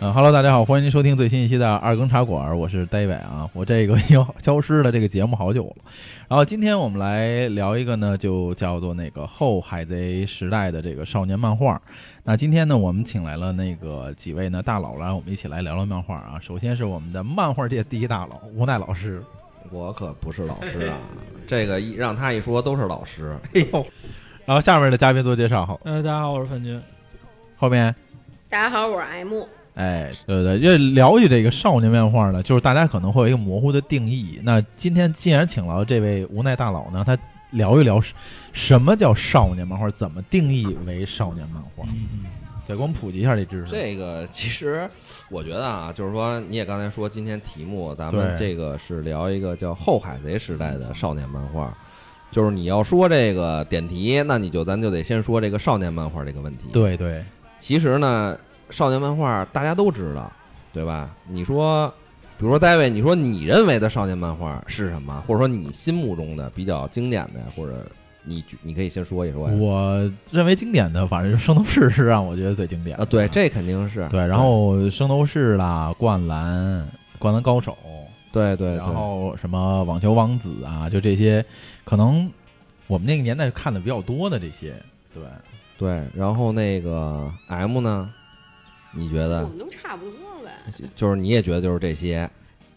呃哈喽，大家好，欢迎您收听最新一期的二更茶馆，我是 David 啊，我这个又消失了这个节目好久了。然后今天我们来聊一个呢，就叫做那个后海贼时代的这个少年漫画。那今天呢，我们请来了那个几位呢大佬来，我们一起来聊聊漫画啊。首先是我们的漫画界第一大佬无奈老师，我可不是老师 啊，这个一让他一说都是老师。哎呦，然后下面的嘉宾做介绍，呃，大家好，我是范军。后面大家好，我是 M。哎，对对，因为聊起这个少年漫画呢，就是大家可能会有一个模糊的定义。那今天既然请到这位无奈大佬呢，他聊一聊是什么叫少年漫画，怎么定义为少年漫画？对，给我们普及一下这知识。嗯这个其实我觉得啊，就是说你也刚才说今天题目咱对们这个是聊一个叫后海贼时代的少年漫画，就是你要说这个点题，那你就咱就得先说这个少年漫画这个问题。，对对，其实呢，少年漫画大家都知道，对吧？你说，比如说戴维，你说你认为的少年漫画是什么？或者说你心目中的比较经典的，或者你你可以先说一说呀。我认为经典的，反正就是圣斗士是让我觉得最经典的啊，对，这肯定是对。然后圣斗士啦，灌篮，灌篮高手，对对，对然后什么网球王子啊，就这些，可能我们那个年代看的比较多的这些。对，对，然后那个 M 呢？你觉哦我得们都差不多呗，就是你也觉得就是这些？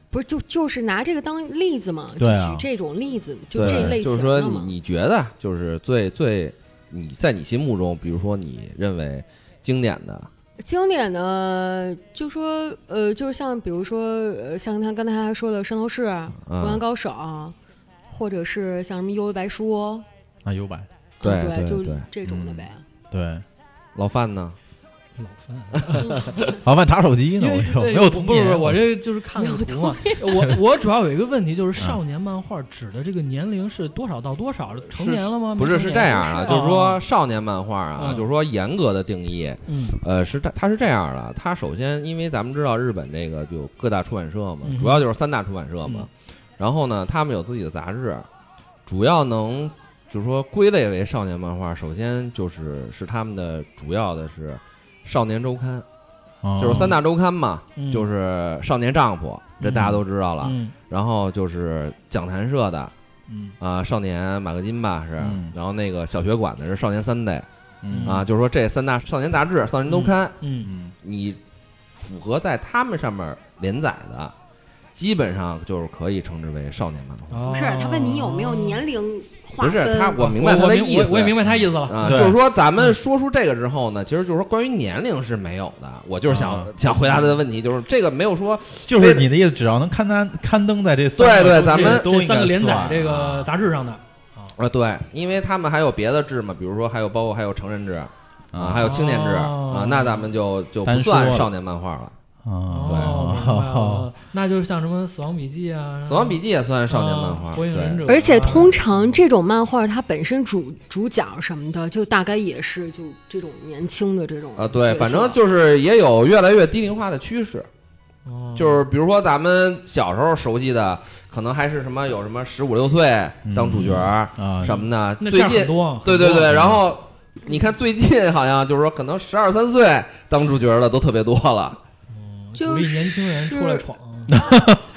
不是就就是拿这个当例子嘛，就对啊举这种例子，就对，这类就型是说的你嘛。你觉得就是最最你在你心目中，比如说你认为经典的，经典的就说呃，就是像比如说呃，像他刚才还说的《圣斗士》《灌篮嗯，高手》啊或者是像什么《幽游白书》啊那优白。对嗯对对，就是对嗯这种的呗。对，老范呢？老范，老范查手机因呢，为我说没对有我童不是不年是我这就是看看图嘛。我 我主要有一个问题就是，少嗯年漫画指的这个年龄是多少到多少？成年了吗？不是没成是年这样啊，是就是啊说少年漫画啊，嗯就是说严格的定义，嗯呃，是这它是这样的，它首先因为咱们知道日本这个就各大出版社嘛，嗯主要就是三大出版社嘛，然后呢，他们有自己的杂志，主要能就是说归类为少年漫画，首先就是是他们的主要的是《少年周刊》，哦就是三大周刊嘛，嗯，就是《少年丈夫》，这大家都知道了，嗯然后就是讲谈社的嗯啊、少年马克金》吧是，嗯然后那个小学馆的是《少年三代》嗯啊，就是说这三大少年杂志、少年周刊。嗯嗯你符合在他们上面连载的，基本上就是可以称之为少年漫画。哦不是，他问你有没有年龄划不分？啊是他，我我明白他我的明意思，我我也明白他意思了。啊，对就是说咱们说出这个之后呢，其实就是说关于年龄是没有的。我就是想、啊想回答他的问题，就是这个没有说就是你的意思，只要能刊登刊登在这三对对个咱们都应这该三个连载算这个杂志上的，啊，对，因为他们还有别的制嘛，比如说还有包括还有成人制啊，啊还有青年制、哦啊，那咱们就就单不说算了少年漫画了。啊，哦明白 了那就是像什么《死亡笔记》啊，《死亡笔记也算少年漫画，啊火对影忍者而且通常这种漫画，它本身主主角什么的，就大概也是就这种年轻的这种啊，对，角色反正就是也有越来越低龄化的趋势。哦就是比如说咱们小时候熟悉的，可能还是什么有什么十五六岁当主角儿对啊， 嗯什么的。那这最样很近，多，啊对很对多对，然后你看最近好像就是说，可能十二三岁当主角儿的都特别多了。嗯就鼓励年轻人出来是闯。啊啊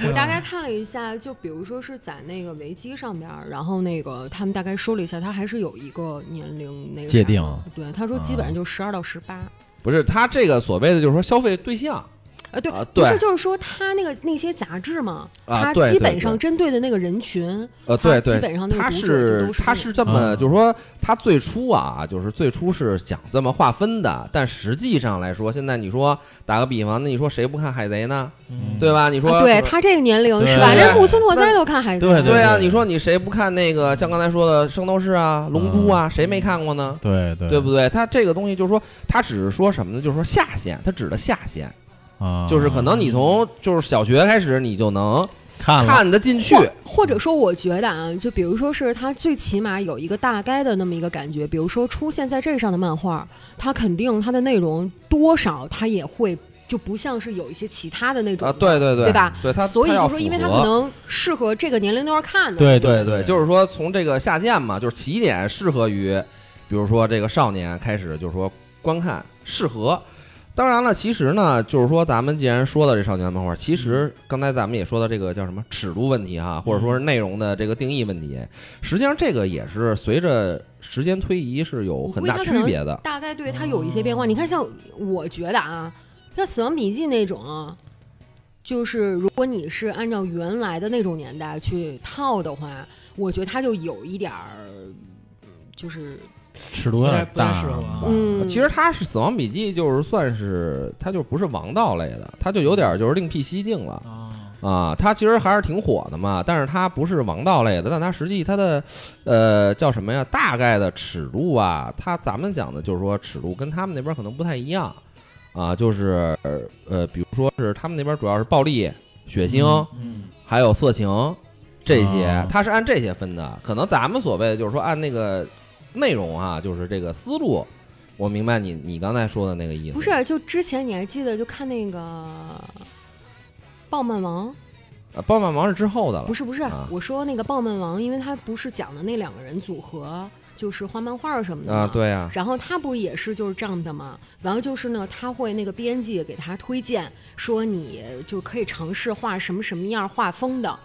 我大概看了一下，就比如说是在那个维基上边儿，然后那个他们大概说了一下，它还是有一个年龄那个啥界定。对，他说基啊本上就十二到十八。不是他这个所谓的就是说消费对象呃，对啊，不是对就是说他那个那些杂志嘛，啊，它对，基对本上，针对的那个人群，对呃，它对对，基本上那他个读者就都是他那是这么，嗯就是说他最初啊，就是最初是想这么划分的，但实际上来说，现在你说打个比方，那你说谁不看海贼呢？嗯对吧？你说啊对他这个年龄是吧？对连木村拓哉都看孩子，对对啊，对你说你谁不看那个像刚才说的《圣斗士》啊、《龙珠》啊，谁没看过呢？对嗯对对不对？它这个东西就是说，它只是说什么呢？就是说下限，它指的下限，啊，就是可能你从就是小学开始，你就能看了看得进去。或或者说，我觉得啊，就比如说是他最起码有一个大概的那么一个感觉，比如说出现在这上的漫画，它肯定它的内容多少它也会就不像是有一些其他的那种啊，对对对，对吧？对它，所以它要就符说，合因为它可能适合这个年龄段看的，对对对，就是说从这个下限嘛，就是起点适合于，比如说这个少年开始，就是说观看适合。当然了，其实呢，就是说咱们既然说到这少年漫画，其实刚才咱们也说到这个叫什么尺度问题哈，或者说是内容的这个定义问题，实际上这个也是随着时间推移是有很大区别的。大概对它有一些变化。你看，像我觉得啊，像《死亡笔记》那种啊，就是如果你是按照原来的那种年代去套的话，我觉得它就有一点儿，就是尺度有点大啊。不太嗯，其实它是《死亡笔记》，就是算是它就不是王道类的，它就有点就是另辟蹊径了。啊，啊，它其实还是挺火的嘛，但是它不是王道类的，但它实际它的，呃，叫什么呀？大概的尺度啊，它咱们讲的就是说尺度跟他们那边可能不太一样，啊，就是呃，比如说是他们那边主要是暴力、血腥，嗯，还有色情这些啊，它是按这些分的。可能咱们所谓的就是说啊按那个内容啊，就是这个思路，我明白你你刚才说的那个意思，不是，就之前你还记得就看那个《暴漫王》。呃，帮帮忙是之后的了不，是不是，啊我说那个暴漫王，因为他不是讲的那两个人组合，就是画漫画什么的啊，嘛。对呀、然后他不也是就是这样的嘛？然后就是呢，他会那个编辑给他推荐说你就可以尝试画什么什么样画风的。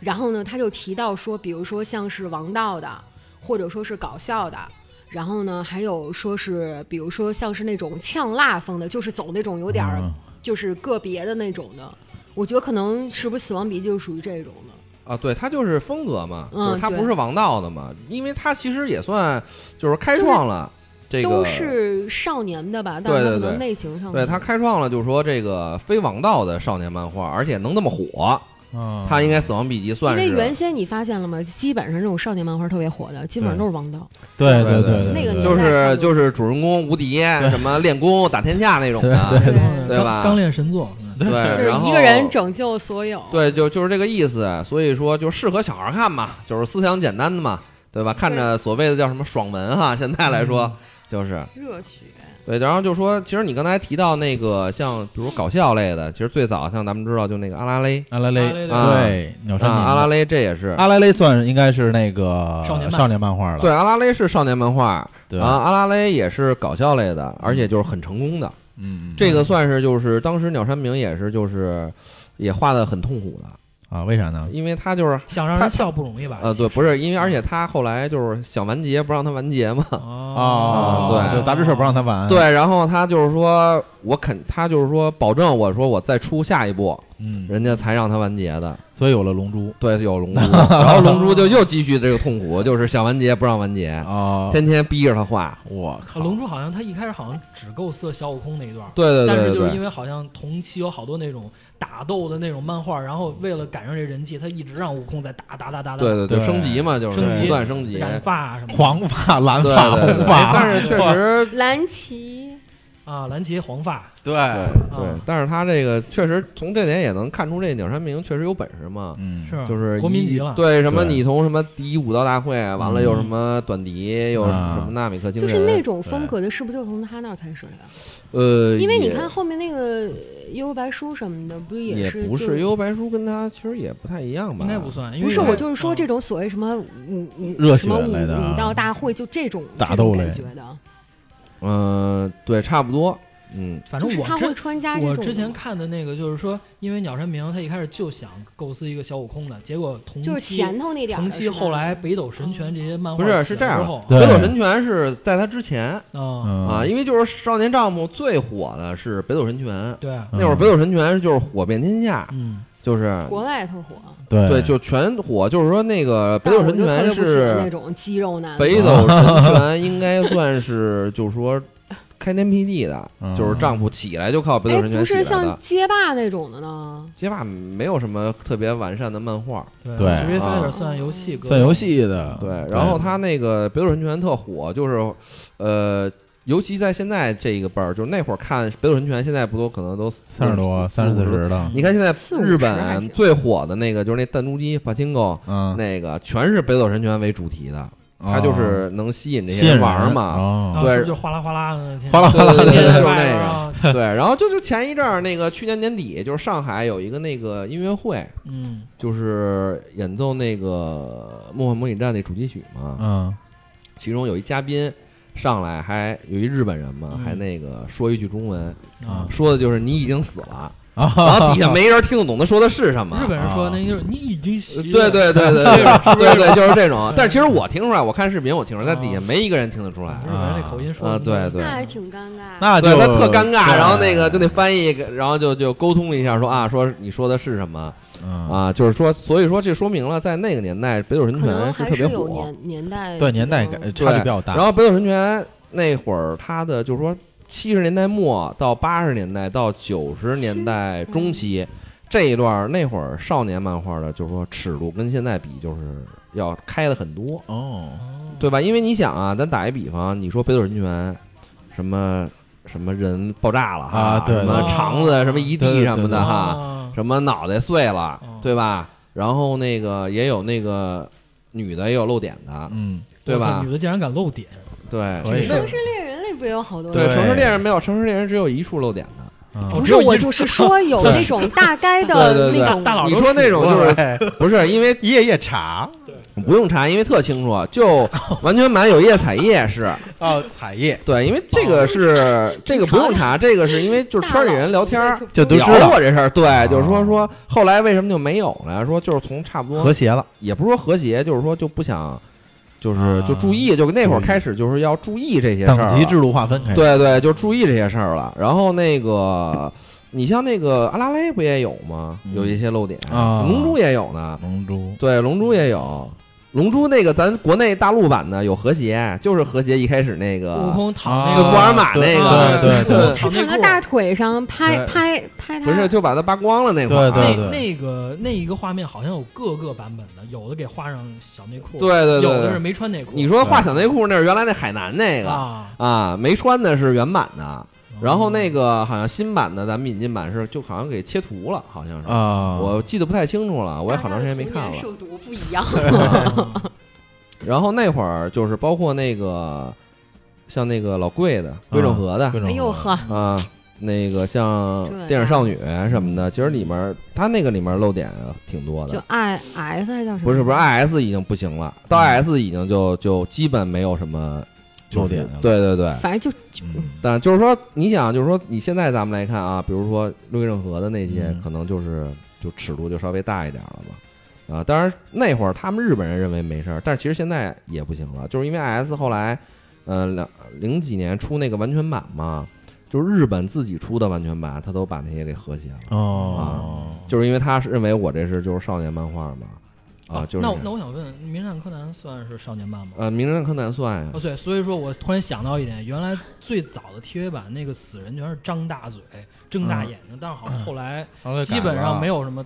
然后呢，他就提到说，比如说像是王道的，或者说是搞笑的。然后呢，还有说是，比如说像是那种呛辣风的，就是走那种有点儿嗯就是个别的那种的。我觉得可能是不是《死亡笔记》就属于这种的。啊，对，它就是风格嘛，嗯就是它对不是王道的嘛，因为它其实也算就是开就是创了这个，都是少年的吧，但对是对它可能对类型上对它它开创了就是说这个非王道的少年漫画，而且能那么火，嗯它应该《死亡笔记》算因为原是。先你发现了吗？基本上这种少年漫画特别火的，基本上都是王道。对对对对对，那个对就年代差是不就多是主人公无敌，什么练功打天下那种对的，对对嗯刚吧刚练神作，嗯对，就是然后一个人拯救所有。对，就就是这个意思。所以说，就适合小孩看嘛，就是思想简单的嘛，对吧？看着所谓的叫什么爽文哈，现在来嗯说就是热血。对，然后就说，其实你刚才提到那个像比如搞笑类的，其实最早像咱们知道就那个阿拉蕾阿拉蕾阿拉蕾，对，鸟啊，山明阿拉蕾这也是。阿拉蕾算应该是那个少年漫少年漫画了，对，阿啊拉蕾是少年漫画，对然后，阿拉蕾也是搞笑类的，而且就是很成功的。嗯，嗯这个算是就是当时鸟山明也是就是也画的很痛苦的，啊，为啥呢？因为他就是想让人笑不容易吧？呃对，其实不是因为而且他后来就是想完结不让他完结嘛，哦啊对就杂志社不让他玩，对，，然后他就是说我肯他就是说保证我说我再出下一部，嗯，人家才让他完结的。所以有了龙珠对，有龙珠，然后龙珠就又继续这个痛苦，就是想完结不让完结，啊，天天逼着他画。我啊靠，龙珠好像他一开始好像只构思了小悟空那一段儿，对对但对是就是对因对，为好像同期有好多那种打斗的那种漫画，然后为了赶上这人气，他一直让悟空在打打打打打，对对对升级嘛，就是升级不断升级。染发啊什么的黄发、蓝对发、对对红 对，哎发，但是确实，蓝旗，啊，蓝旗黄发，对，对对啊，但是他这个确实从这点也能看出这鸟山明确实有本事嘛。嗯，是就是国民一级了对什么对你从什么第一武道大会，完了又什嗯么短笛，又啊什么纳米克星就人，是那种风格的，是不是就从他那儿开始的呀？呃，因为你也看后面那个呃幽游白书什么的，不是也是不就是幽游白书跟他其实也不太一样吧？应该不算，因为不是，对我就是说啊这种所谓什么武武热血什么武类的啊武道大会，就这种打这斗种类感觉的，嗯、对，差不多。嗯，反正就是我他会之穿插这我种。之前看的那个就是说，因为鸟山明他一开始就想构思一个小悟空的，结果同就是期前头那点儿同的期是吧嗯后来北斗神拳这些漫画不是起来是这样之后对北斗神拳是在他之前啊，嗯啊，因为就是少年丈夫最火的是北斗神拳，嗯对，那会儿北斗神拳就是火遍天下，嗯，就是国外特火，对对，就全火，就是说那个北但斗我神就特拳别不喜欢那是种肌肉男啊的。北斗神拳应该算是就是说开天辟地的，嗯就是丈夫起来就靠北斗哎，神不拳是起来像的。街霸那种的呢？街霸没有什么特别完善的漫画，对对 s t r e e 啊 Fighter 算游戏，算游，戏的，对，然后他那个北斗神拳特火，就是，呃，尤其在现在这个辈儿，就是那会儿看北斗神拳，现在不都可能都三十多、三十四40十的，你看现在四五十日还本行最火的那个就是那弹珠机帕金狗，嗯，那个全是北斗神拳为主题的，哦它就是能吸引这吸些引人玩儿人嘛。啊哦，对是不是就哗啦哗啦的，天哗啦 对对对，天对天就是拜那个，啊对。然后就就前一阵儿，那个去年年底，就是上海有一个那个音乐会，嗯，就是演奏那个《梦幻模拟战》那主题曲嘛。嗯其中有一嘉宾上来还有一日本人嘛，嗯还那个说一句中文，啊说的就是你已经死了，然啊后底下没人听得懂他说的是什么。嗯日本人说啊那就是你已经习呃对了对对对是吧对对对，就是这种嗯。但是其实我听出来，我看视频我听出来，但底下啊没一个人听得出来。日本人那口音说啊的对对那还挺尴尬。那就对他特尴尬，对然后那个就那翻译，然后就就沟通了一下，说啊，说你说的是什么嗯啊？就是说，所以说这说明了在那个年代，北斗神可拳能还特别有火。年年代对年代不感同差距比较大。然后北斗神拳那会儿，它的就是说七十年代末到八十年代到九十年代中期这一段儿，那会儿少年漫画的，就是说尺度跟现在比，就是要开的很多。哦，哦对吧？因为你想啊，咱打一比方，你说北斗神拳，什么什么人爆炸了哈，啊对什么对肠子什么一对地对啊什么的哈，啊什么脑袋碎了哦，对吧？然后那个也有那个女的也有露点的，嗯，对我操吧女？的竟然敢露点，对，可以那城市猎人里不也有好多呃对对人城市猎人没有，城市猎人只有一处露点的。嗯不只是有一 我就是说有对那种 大概的对对对那种大佬你说那种就是是 不是因为 夜夜茶不用查，因为特清楚，就 完全满有叶彩叶是哦，彩叶对，因为这个哦是这个不用查，这个是因为就是圈里人聊天儿，就都聊知道哦过这事儿，对，就是说说后来为什么就没有了？说就是从差不和多，谐了，也不是说和谐，就是说就不想，就是啊就注意，就那会儿注意开始就是要注意这些事儿等了，级制度划分开始。对对，就注意这些事儿了。然后那个，你像那个阿拉蕾不也有吗？嗯有一些漏点，啊龙珠也有呢，龙珠对，龙珠也有。龙珠那个咱国内大陆版的有和谐，就是和谐一开始那悟个，空躺啊那就个沃尔玛那啊个，对对对 对是躺躺那在裤大腿上拍对拍拍他，不是就把它扒光了那块儿，对对那那个那一个画面好像有各个版本的，有的给画上小内裤，对对对，有的是没穿内裤。你说画小内裤那是原来那海南那个啊，啊，没穿的是原版哦的，然后那个个好像新版的咱们引进版是就好像给切图了，好像是，啊，嗯我记得不太清楚了，我也好长时间没看大家了。的童年受毒不一样，然后那会儿就是包括那个像那个老啊贵的桂正和的各种哎呦呵，啊。那个像这电影少女什么的，其实里面它那个里面漏点挺多就的， I S 还叫什么？不是不是，I S 已经不行了，到嗯 I S 已经就就基本没有什么就是漏点了对对对，反正就啊嗯但就是说，你想，就是说，你现在咱们来看啊，比如说六月任和的那些嗯，可能就是就尺度就稍微大一点了吧。啊，当然那会儿他们日本人认为没事儿，但是其实现在也不行了，就是因为 IS 后来，呃，两零几年出那个完全版嘛，就是日本自己出的完全版，他都把那些给和谐了，哦，就是因为他是认为我这是就是少年漫画嘛，啊，就是哦那我那我想问，《名侦探柯南》算是少年漫吗？呃，名侦探柯南算呀哦，，对，所以说我突然想到一点，原来最早的 TV 版那个死人全是张大嘴、睁大眼睛，但是好像后来后来改基本上了没有什么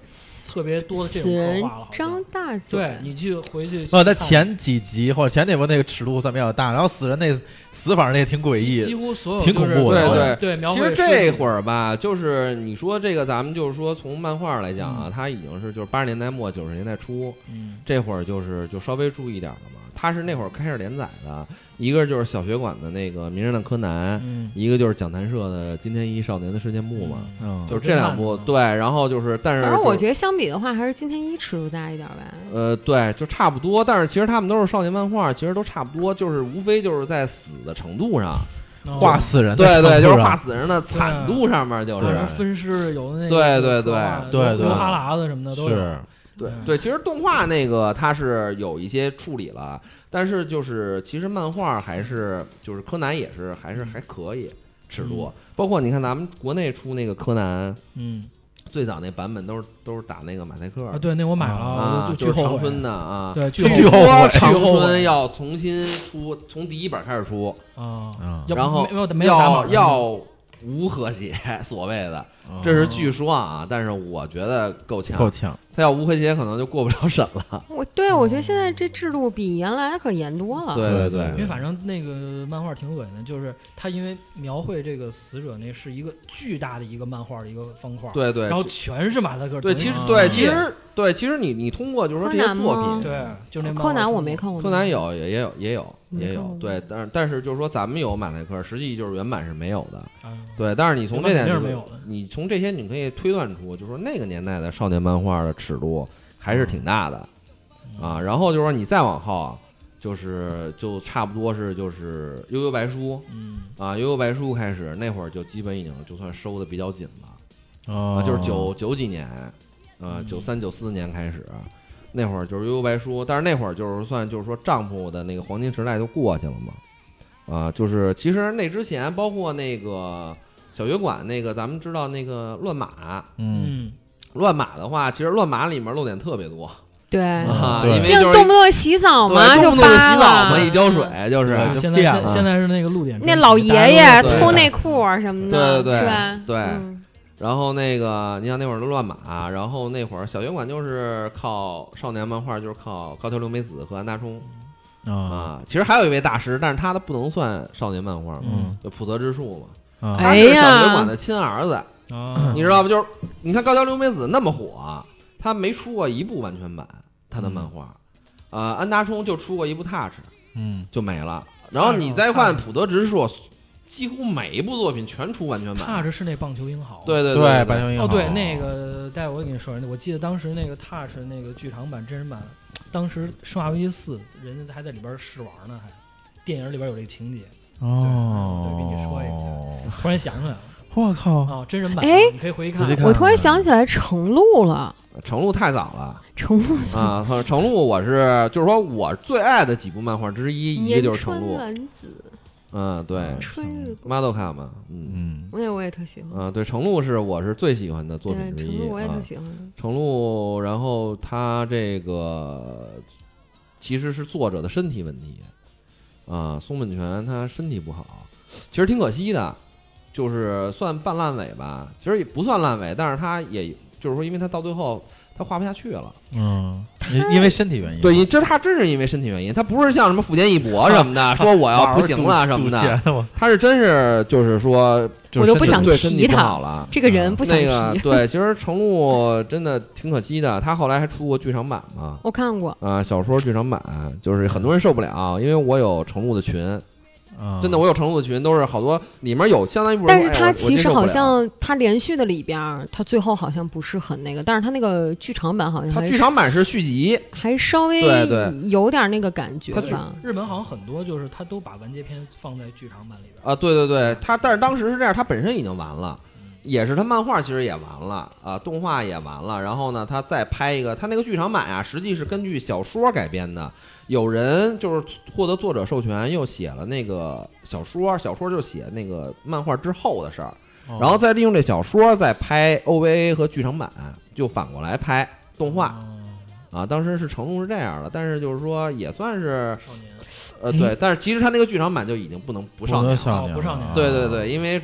特别多的这死种人刻画了。好像张大嘴，对你去回去呃，在看前几集或者前几部那个尺度算比较大，然后死人那死法那也挺诡几异几，乎所有挺就是恐怖的描对对对，描其绘实尸体这会儿吧，就是你说这个，咱们就是说从漫画来讲啊，它已经是就是八十年代末九十年代初嗯这会儿，就是就稍微注意点了嘛。它是那会儿开始连载的，一个就是小学馆的那个《名侦探柯南》，嗯，一个就是讲谈社的《今天一少年的世界目》嘛，嗯嗯，就是这两部嗯对。然后就是，但是反正就我觉得相比的话，还是今天一尺度大一点吧。呃，对，就差不多。但是其实他们都是少年漫画，其实都差不多，就是无非就是在死的程度上，哦画死人的对对，就是程度啊上画死人的惨度上面，就有是人分尸，有那对个对对刻画对流对流哈喇子什么的都有是对嗯对，其实动画那个它是有一些处理了，但是就是其实漫画还是就是柯南也是还嗯是还可以尺度，包括你看咱们国内出那个柯南嗯最早那版本都是都是打那个马赛克啊，对，那我买了，啊我就就是巨后长悔春的啊，对 巨据后悔说巨长后悔春要重新出，从第一本开始出，啊，嗯要不然后没有没有打要码要无和谐，所谓的哦这是据说啊，但是我觉得够呛，够呛，他要无和谐可能就过不了审了，我对我觉得现在这制度比原来可严多了。嗯对对对对。嗯因为反正那个漫画挺恶心的，就是他因为描绘这个死者那是一个巨大的一个漫画的一个方块，，对对，然后全是马赛克，对，等于其实啊对，其实对，其实你你通过就是说这些嗯柯南作吗嗯品，对，就那漫画柯南书我没，看过，柯南有也也有也有没也看有过，对，但是但是就是说咱们有马赛克，实际就是原版是没有的，啊对，但是你从这点原就版是肯定是没有的你从这些你可以推断出，就是说那个年代的嗯少年漫画的尺度还是挺大的啊，然后就是说你再往后啊，就是就差不多是就是《悠悠白书嗯》啊，《悠悠白书》开始那会儿就基本已经就算收的比较紧了。啊啊，就是九哦九几年，呃，嗯九三九四年开始，那会儿就是《悠悠白书》，但是那会儿就是算就是说账铺的那个黄金时代就过去了嘛，啊，就是其实那之前包括那个小学馆那个，咱们知道那个乱码，嗯，嗯，乱码的话，其实乱码里面漏点特别多对，啊，对因为净就是动不动洗澡嘛，对动不动就扒洗澡嘛，了一浇水就是。对啊现在变现了现在是那个露点那老爷爷对脱内裤啊什么的，对对对是吧？对嗯然后那个，你像那会儿都乱码，然后那会儿小学馆就是靠少年漫画，就是靠高桥留美子和安大冲啊，啊，其实还有一位大师，但是他的不能算少年漫画嘛，嗯就普泽之树嘛，啊哎他是呀小学馆的亲儿子，啊，你知道不？就是你看高桥留美子那么火，他没出过一部完全版他的漫画，呃，安达充就出过一部 Touch 嗯就没了，然后你再看普泽直树，几乎每一部作品全出完全踏版，着是那棒球英豪，对对对，白对，熊鹰哦，对，那个待会我也跟你说，我记得当时那个 Touch 那个剧场版真人版，当时《呃生化危机四》人家还在里边试玩呢，还电影里边有这个 情节，哦，对对给你说一下，突然想起来了我靠，啊，真人版，哎你可以回去看回去看我突然想起来程璐了，成露太早了程璐啊，成露我是就是说我最爱的几部漫画之一，一个就是成川露，文子，嗯，对春日，Madoka 嘛，嗯。嗯，那我也特喜欢，啊，对，程璐是我是最喜欢的作对品之程一璐我也啊特。喜欢。程璐，然后他这个其实是作者的身体问题啊，松本泉他身体不好，其实挺可惜的，就是算半烂尾吧，其实也不算烂尾，但是他也就是说，因为他到最后他画不下去了，嗯，因因为身体原因，对，因这他真是因为身体原因，他不是像什么福建一博什么的，说我要不行了什么的，的，他是真是就是说就 我是都不身体想对身体提不他好了。这个人不想啊那提， 个对，其实程璐真的挺可惜的，他后来还出过剧场版嘛，我看过，啊、小说剧场版，就是很多人受不了，因为我有程璐的群，啊真的，我有程璐的群，都是好多里面有相当一部分但说，是他哎我我其实真受不好了像他连续的里边儿，他最后好像不是很那个，但是他那个剧场版好像他还剧场版是续集，还稍微对对有点那个感觉他剧吧。日本好像很多就是他都把完结篇放在剧场版里边啊，对对对，他但是当时是这样，他本身已经完了，嗯也是他漫画其实也完了啊，动画也完了，然后呢，他再拍一个，他那个剧场版啊，实际是根据小说改编的，有人就是获得作者授权，又写了那个小说，小说就写那个漫画之后的事儿，哦 然后再利用这小说再拍 OVA 和剧场版，就反过来拍动画哦啊。当时是程璐是这样的，但是就是说也算是少年，呃哎对，但是其实他那个剧场版就已经不能不不少能年了嗯少哦不少年了对对对，，因为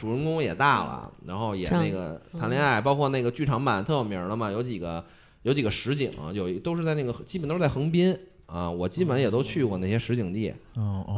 主人公也大了，然后也这样那个嗯谈恋爱，包括那个剧场版特有名的嘛，有几个有几个实景，有一都是在那个基本都是在横滨啊，我基本也都去过那些实景地，哦啊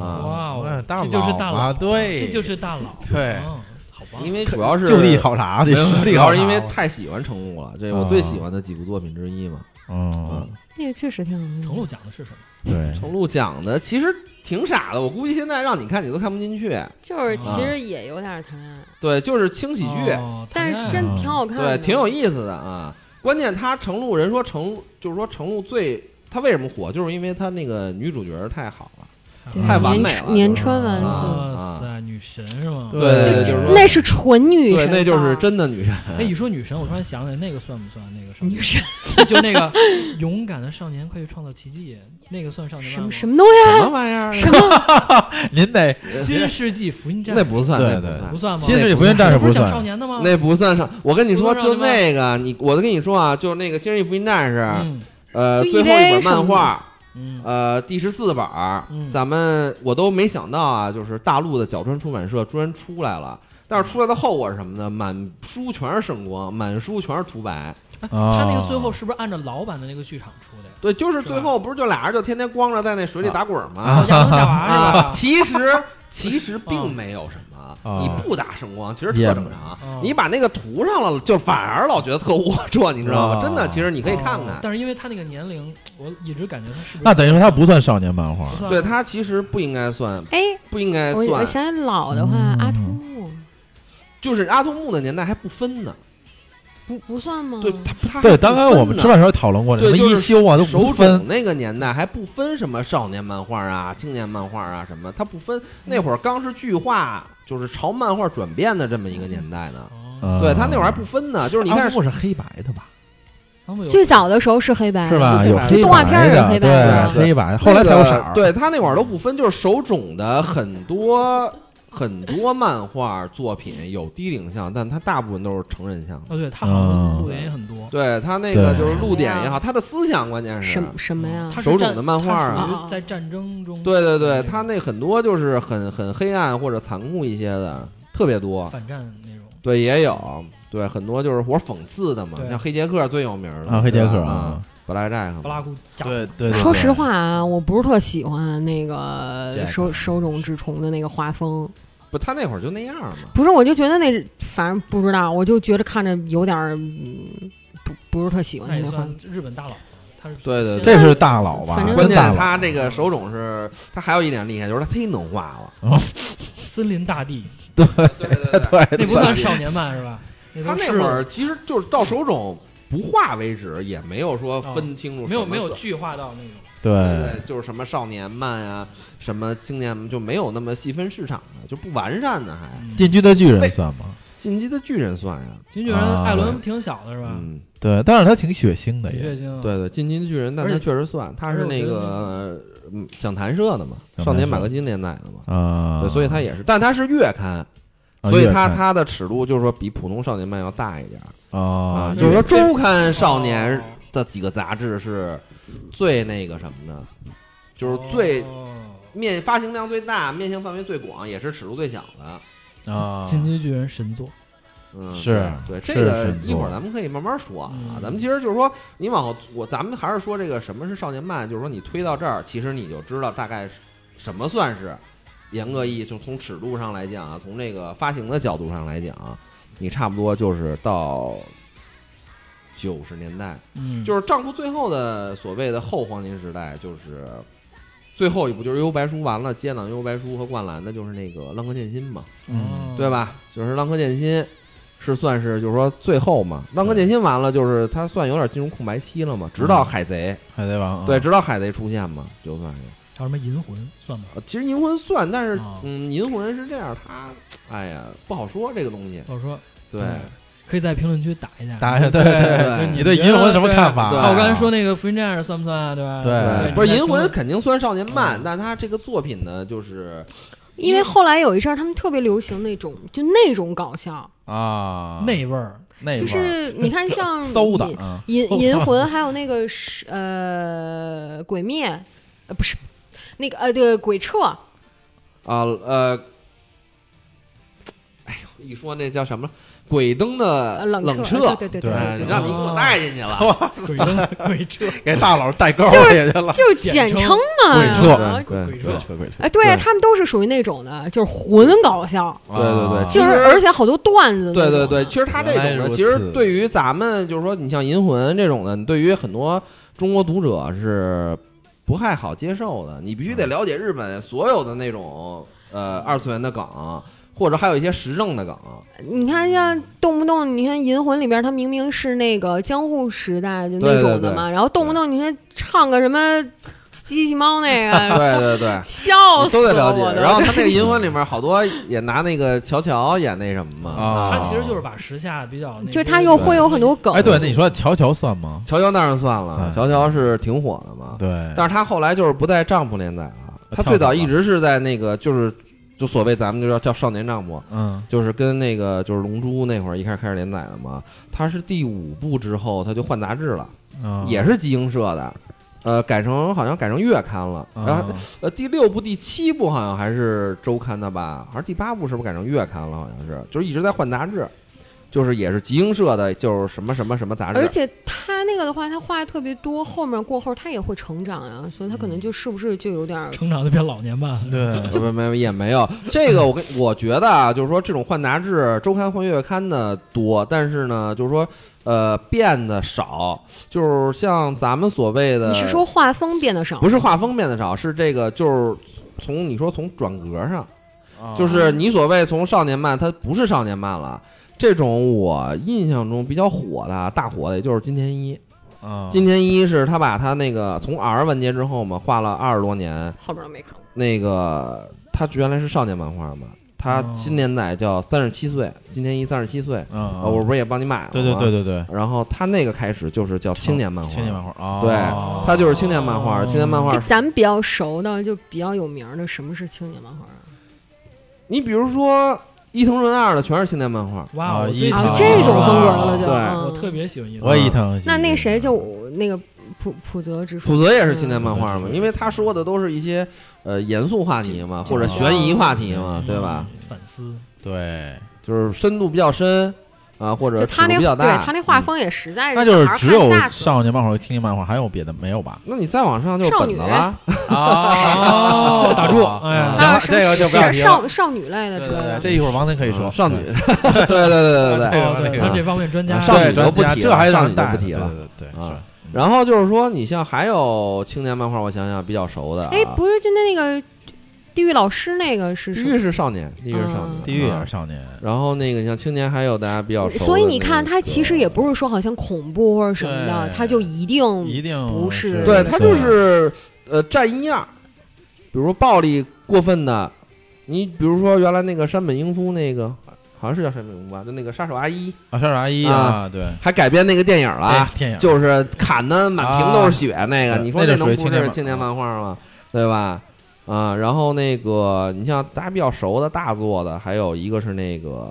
哦，哇哎哦，大佬这就是大啊佬，对这就是大佬，对嗯，好吧，因为主要是就地考察没去，有实地主考要察是因为太喜欢程璐了，这是我啊最喜欢的几部作品之一嘛。嗯啊，，那个确实挺好程看的。璐讲的是什么？对，程璐讲的其实挺傻的，我估计现在让你看你都看不进去。就是其实也有点谈恋爱，对，就是轻喜剧，哦谈但恋是爱真嗯挺好看对，的，挺有意思的啊。关键他程璐，人说程璐就是说程璐最他为什么火，就是因为他那个女主角太好了。对太完美了年初啊年春文字，哇塞，女神是啊吗？对对就是说那是纯女对，神，那就是。真的女神。哎，一说女神，我突然想起来，那个算不算那个什么女？神 就那个勇敢的少年，快去创造奇迹，那个算少年什漫么吗？嗯什什么东西？啊么玩意儿？ 您得新世纪福音战那不算，对那对不不算。算吗？新世纪福音战士不是不算讲少年的吗？那不算上，我跟你说，不能让就你们那个你，我跟你说啊，就那个《星际福音战士》，嗯呃，就最后一 EVA 本漫画，嗯呃，第十四本儿，嗯咱们我都没想到啊，就是大陆的角川出版社居然出来了，但是出来的后果是什么呢？满书全是圣光，满书全是涂白，哎哦他那个最后是不是按照老版的那个剧场出的呀？对，就是是最吧后不是就俩人就天天光着在那啊水里打滚儿吗？哦亚当夏娃是啊吧，？其实其实并没有什么，啊你不打圣光其实也特正常没有，你把那个涂上了，就反而老觉得特龌龊，你知道吗？啊真的，其实你你可以看看，但是因为他那个年龄，我一直感觉他是不那是等于说它不算少年漫画不，算对他其实不应该算，哎，不应该我我算，嗯想起老的话，阿童木，就是阿童木的年代还不分呢，不不算吗？对，他他还对，不当然我们分呢吃饭时候也讨论过，什对么就一是休啊都不手分冢，那个年代还不分什么少年漫画啊、青年漫画啊什么，他不分。那会儿刚是剧画，就是朝漫画转变的这么一个年代呢。哦，嗯啊对他那会儿还不分呢，就是你看阿，布是黑白的吧？他们有最早的时候是黑白是吧？ 是有黑白黑哎动画片白儿也的，是黑对白黑白，对那的后来才有个色儿。对他那会儿都不分，就是手冢的很多很多漫画作品有低龄向，但他大部分都是成人向的。哦，对他好像嗯入园也很多。对他那个对就是露点哎也好，他的思想关键是什什么呀？他是手冢战的漫画啊他属于在战争中，嗯对对对，他那很多就是很很黑暗或者残酷一些的，特别多。反战那种，对，也有，对，很多就是我讽刺的嘛，对像黑杰克最有名的啊，黑杰克啊啊， ，Black Jack，布拉库加对对对，说对实话啊，我不是特喜欢那个这个手手冢治虫的那个画风，不，他那会儿就那样嘛。不是，我就觉得那反正不知道，我就觉得看着有点儿、嗯、不不是特喜欢那他也那画算。日本大佬，他是对对这是大佬吧？反正啊关真键大佬他这个手冢是，他还有一点厉害，就是他忒能画了。森林 大地， 对对对，对那不算少年漫是吧？那他都那是会儿其实就是到手冢不画为止，也没有说分清楚哦没什有么没有算具化到那种。哎对，对，就是什么少年漫啊，什么青年漫就没有那么细分市场的，就不完善呢。还《嗯进击的巨人被算吗？进击的巨人》算呀，金巨人啊艾伦挺小的是吧？嗯，对，但是他挺血腥的挺也血。腥，，对对，《进击的巨人》，但嗯而他且确实算，他而是且我那觉得个嗯讲谈社的嘛，讲少谈年社马克金连载的嘛，啊，对，所以他也是，但他是月刊，啊，所以越他看他的尺度就是说比普通少年漫要大一点儿啊，就越是说这周刊少年哦的几个杂志是最那个什么的，就是最哦面发行量最大、面向范围最广，也是尺度最小的。啊，进击巨人神作，嗯，是对是这个神作一会儿咱们可以慢慢说啊。嗯咱们其实就是说，你往后我咱们还是说这个什么是少年漫，就是说你推到这儿，其实你就知道大概是什么算是严格意义，就从尺度上来讲啊，从这个发行的角度上来讲啊，你差不多就是到九十年代，嗯，就是账户最后的所谓的后黄金时代，就是最后一部就是《幽白书》完了，接档《幽白书》和《灌篮》的就是那个浪客剑心嘛，嗯对？吧？就是浪客剑心是算是就是说最后嘛，浪客剑心完了就是他算有点进入空白期了嘛，直到海贼，海贼王啊对，直到海贼出现嘛，就算是。叫什么银魂算吗？呃其实银魂算，但是哦嗯，银魂是这样，他哎呀不好说这个东西，我说对。可以在评论区打一下，打一下对对对对你对银魂什么看法？对啊，我刚才说那个《福音战士》算不算啊？对吧？对对，不是银魂肯定算少年嗯漫，但他这个作品呢，就是因为后来有一阵儿，他们特别流行那种就那种搞笑，啊，那味儿，那就味儿是你看像馊的银啊，银银魂，还有那个是呃鬼灭，呃不是那个呃这个鬼彻，啊呃，哎呦，一说那叫什么鬼灯的呃冷冷彻，彻，对对对哎对哦对对让对你给你给我我带带进去了，鬼 灯鬼彻，给大佬代购就是也去了，就是简称嘛，鬼彻然后对鬼鬼彻，扯鬼扯，哎，对啊，对他们都是属于那种的，就是混搞笑，对对对啊其就实是而且好多段子那种对的。对对，其实他这种原来的，如其实此对于咱们就是说，你像《银魂》这种的，你对于很多中国读者是不太好接受的。你必须得了解日本所有的那种呃二次元的梗，或者还有一些时政的梗。你看像动不动，你看《银魂》里边，他明明是那个江户时代就对那对种的对嘛，然后动不动你看唱个 什么机器猫那个，对对对。笑你死都得我了解，了。然后他那个《银魂》里面好多也拿那个乔乔演那什么嘛，啊他其实就是把时下比较那些，就他又会有很多梗，哎，对，那你说乔乔算吗？乔乔当然算了，算乔乔是挺火的嘛，对，但是他后来就是不在丈夫连载了，他跳最早槽了一直是在那个就是就所谓咱们就叫叫少年丈夫，嗯就是跟那个就是龙珠那会儿一开始开始连载的嘛，他是第五部之后他就换杂志了，啊也是集英社的。呃，改成好像改成月刊了，啊然后呃第六部、第七部好像还是周刊的吧，还是第八部是不是改成月刊了？好像是，就是一直在换杂志，就是也是集英社的，就是什么什么什么杂志。而且他那个的话，他话特别多，后面过后他也会成长呀，所以他可能就是不是就有点儿 成长的变老年漫， 对没没没也没有这个，我跟我觉得啊，就是说这种换杂志、周刊换月刊的多，但是呢，就是说呃变得少，就是像咱们所谓的，你是说画风变得少？嗯不是画风变得少，是这个就是从你说从转格上，啊就是你所谓从少年漫，它不是少年漫了。这种我印象中比较火的、大火的，也就是金田一。啊，金田一是他把他那个从 R 完结之后嘛，画了二十多年，后边儿没看过。那个他原来是少年漫画嘛，他哦新年代叫三十七岁，金田一三十七岁，嗯啊啊，我不是也帮你买了吗？对对对。对对，然后他那个开始就是叫青年漫画，青年漫画啊，对，他就是青年漫画，哦青年漫画哎，。咱们比较熟的就比较有名儿的，什么是青年漫画啊？你比如说伊藤润二的全是青年漫画，哇，哦啊我最伊喜藤欢啊，这种啊风格了就。对嗯我特别喜欢伊藤，我也伊藤。那那谁就那个普普泽直树，普泽也是青年嗯漫画嘛，因为他说的都是一些呃严肃话题嘛，哦或者悬疑话题嗯嗯嘛，啊对吧？？反思，对，就是深度比较深啊，或者就尺他度那比较对大。嗯他那画风也实在是，那就是小孩儿只有看吓死了少年漫画和青年漫画，还有别的没有吧？那你再往上就是本子了，啊哦打住哎呀行啊了，什么这个就不要少提了。少少女类的对之对类对的，， 这一会儿王森可以说嗯少女，， 对对对对对哎对。呀哦那对，个他这方面专家对啊，少女专都不家提这了还少让女带都不呢提对了对对对，啊是然后就是说，你像还有青年漫画，我想想比较熟的、啊，哎，不是就那那个地狱老师那个是地什狱么？是少年，地狱是少年，嗯地狱也啊是少年，然后那个像青年，还有大家比较熟的那个，所以你看，他其实也不是说好像恐怖或者什么的，对他就一定一定嗯不是是对他就是呃占一样儿，比如说暴力过分的，你比如说原来那个山本英夫那个。好像是叫山本英夫吧，就那个杀手阿一，啊，少女阿姨啊，对，还改编那个电影了啊，哎电影就是砍的满屏都是血那个，啊你说那就这能属于不青年是漫青年漫画吗？对吧？啊，然后那个你像大家比较熟的大作的，还有一个是那个，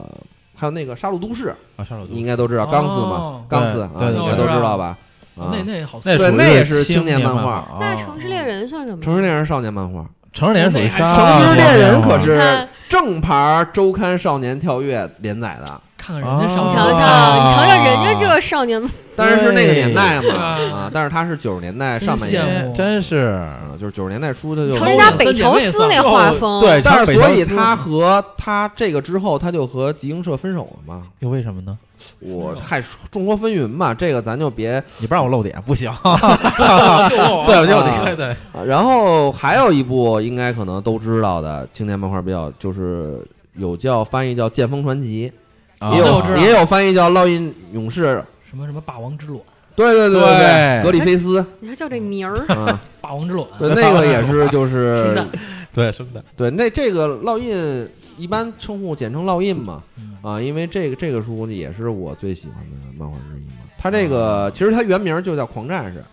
还有那个《杀戮都市》，啊，少女都你应该都知道钢丝嘛，哦钢丝啊，对对应该都对知道吧？啊那，那好色，哦那对属于那也是青青年漫漫画啊那城市猎人算什么？城市猎人少年漫画，城市猎人属于那还少城市年猎人漫可画你是看正牌周刊少年跳跃连载的，看看人啊家嗯上你瞧瞧，啊你瞧瞧人家这少年，但是是那个年代嘛对啊，但是它是九十年代真上半羡年慕，哎真是啊，就是九十年代初它就你瞧城人市家猎北朝司那哦画风，对，但是北所条以司他和他这个之后，他就和集英社分手了嘛。又为什么呢？我还说众说纷纭嘛，这个咱就别。你不让我露点不行， 就我对，我就就我对得哦对，啊然后还有一部应该可能都知道的青年漫画，比较就是有叫翻译叫《剑锋传奇》，啊也那啊我知有道也有翻译叫《烙印勇士》。什么什么霸王之卵，对对对对格里菲斯，你还叫这名儿，嗯，霸王之卵，哎对，那个也是就是对生的，对，那这个烙印一般称呼简称烙印嘛，嗯啊，因为这个这个书也是我最喜欢的漫画之一嘛。它这个其实它原名就叫《狂战士》，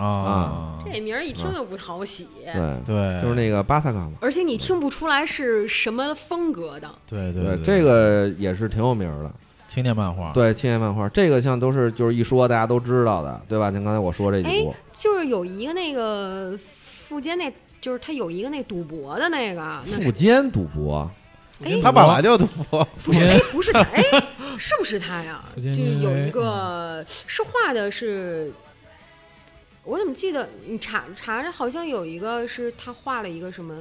啊，这名儿一听就不讨喜，对，对，就是那个巴萨卡嘛。而且你听不出来是什么风格的。对对啊对，这个也是挺有名的。青年漫画，对，青年漫画这个像都是就是一说大家都知道的，对吧？像刚才我说这几部，就是有一个那个富坚那，就是他有一个那赌博的那个，那富坚赌博，哎他本来就赌博，不是坚哎不是他哎是不是他呀？富就坚因有为一个是画的是，我怎么记得你查查着好像有一个是他画了一个什么？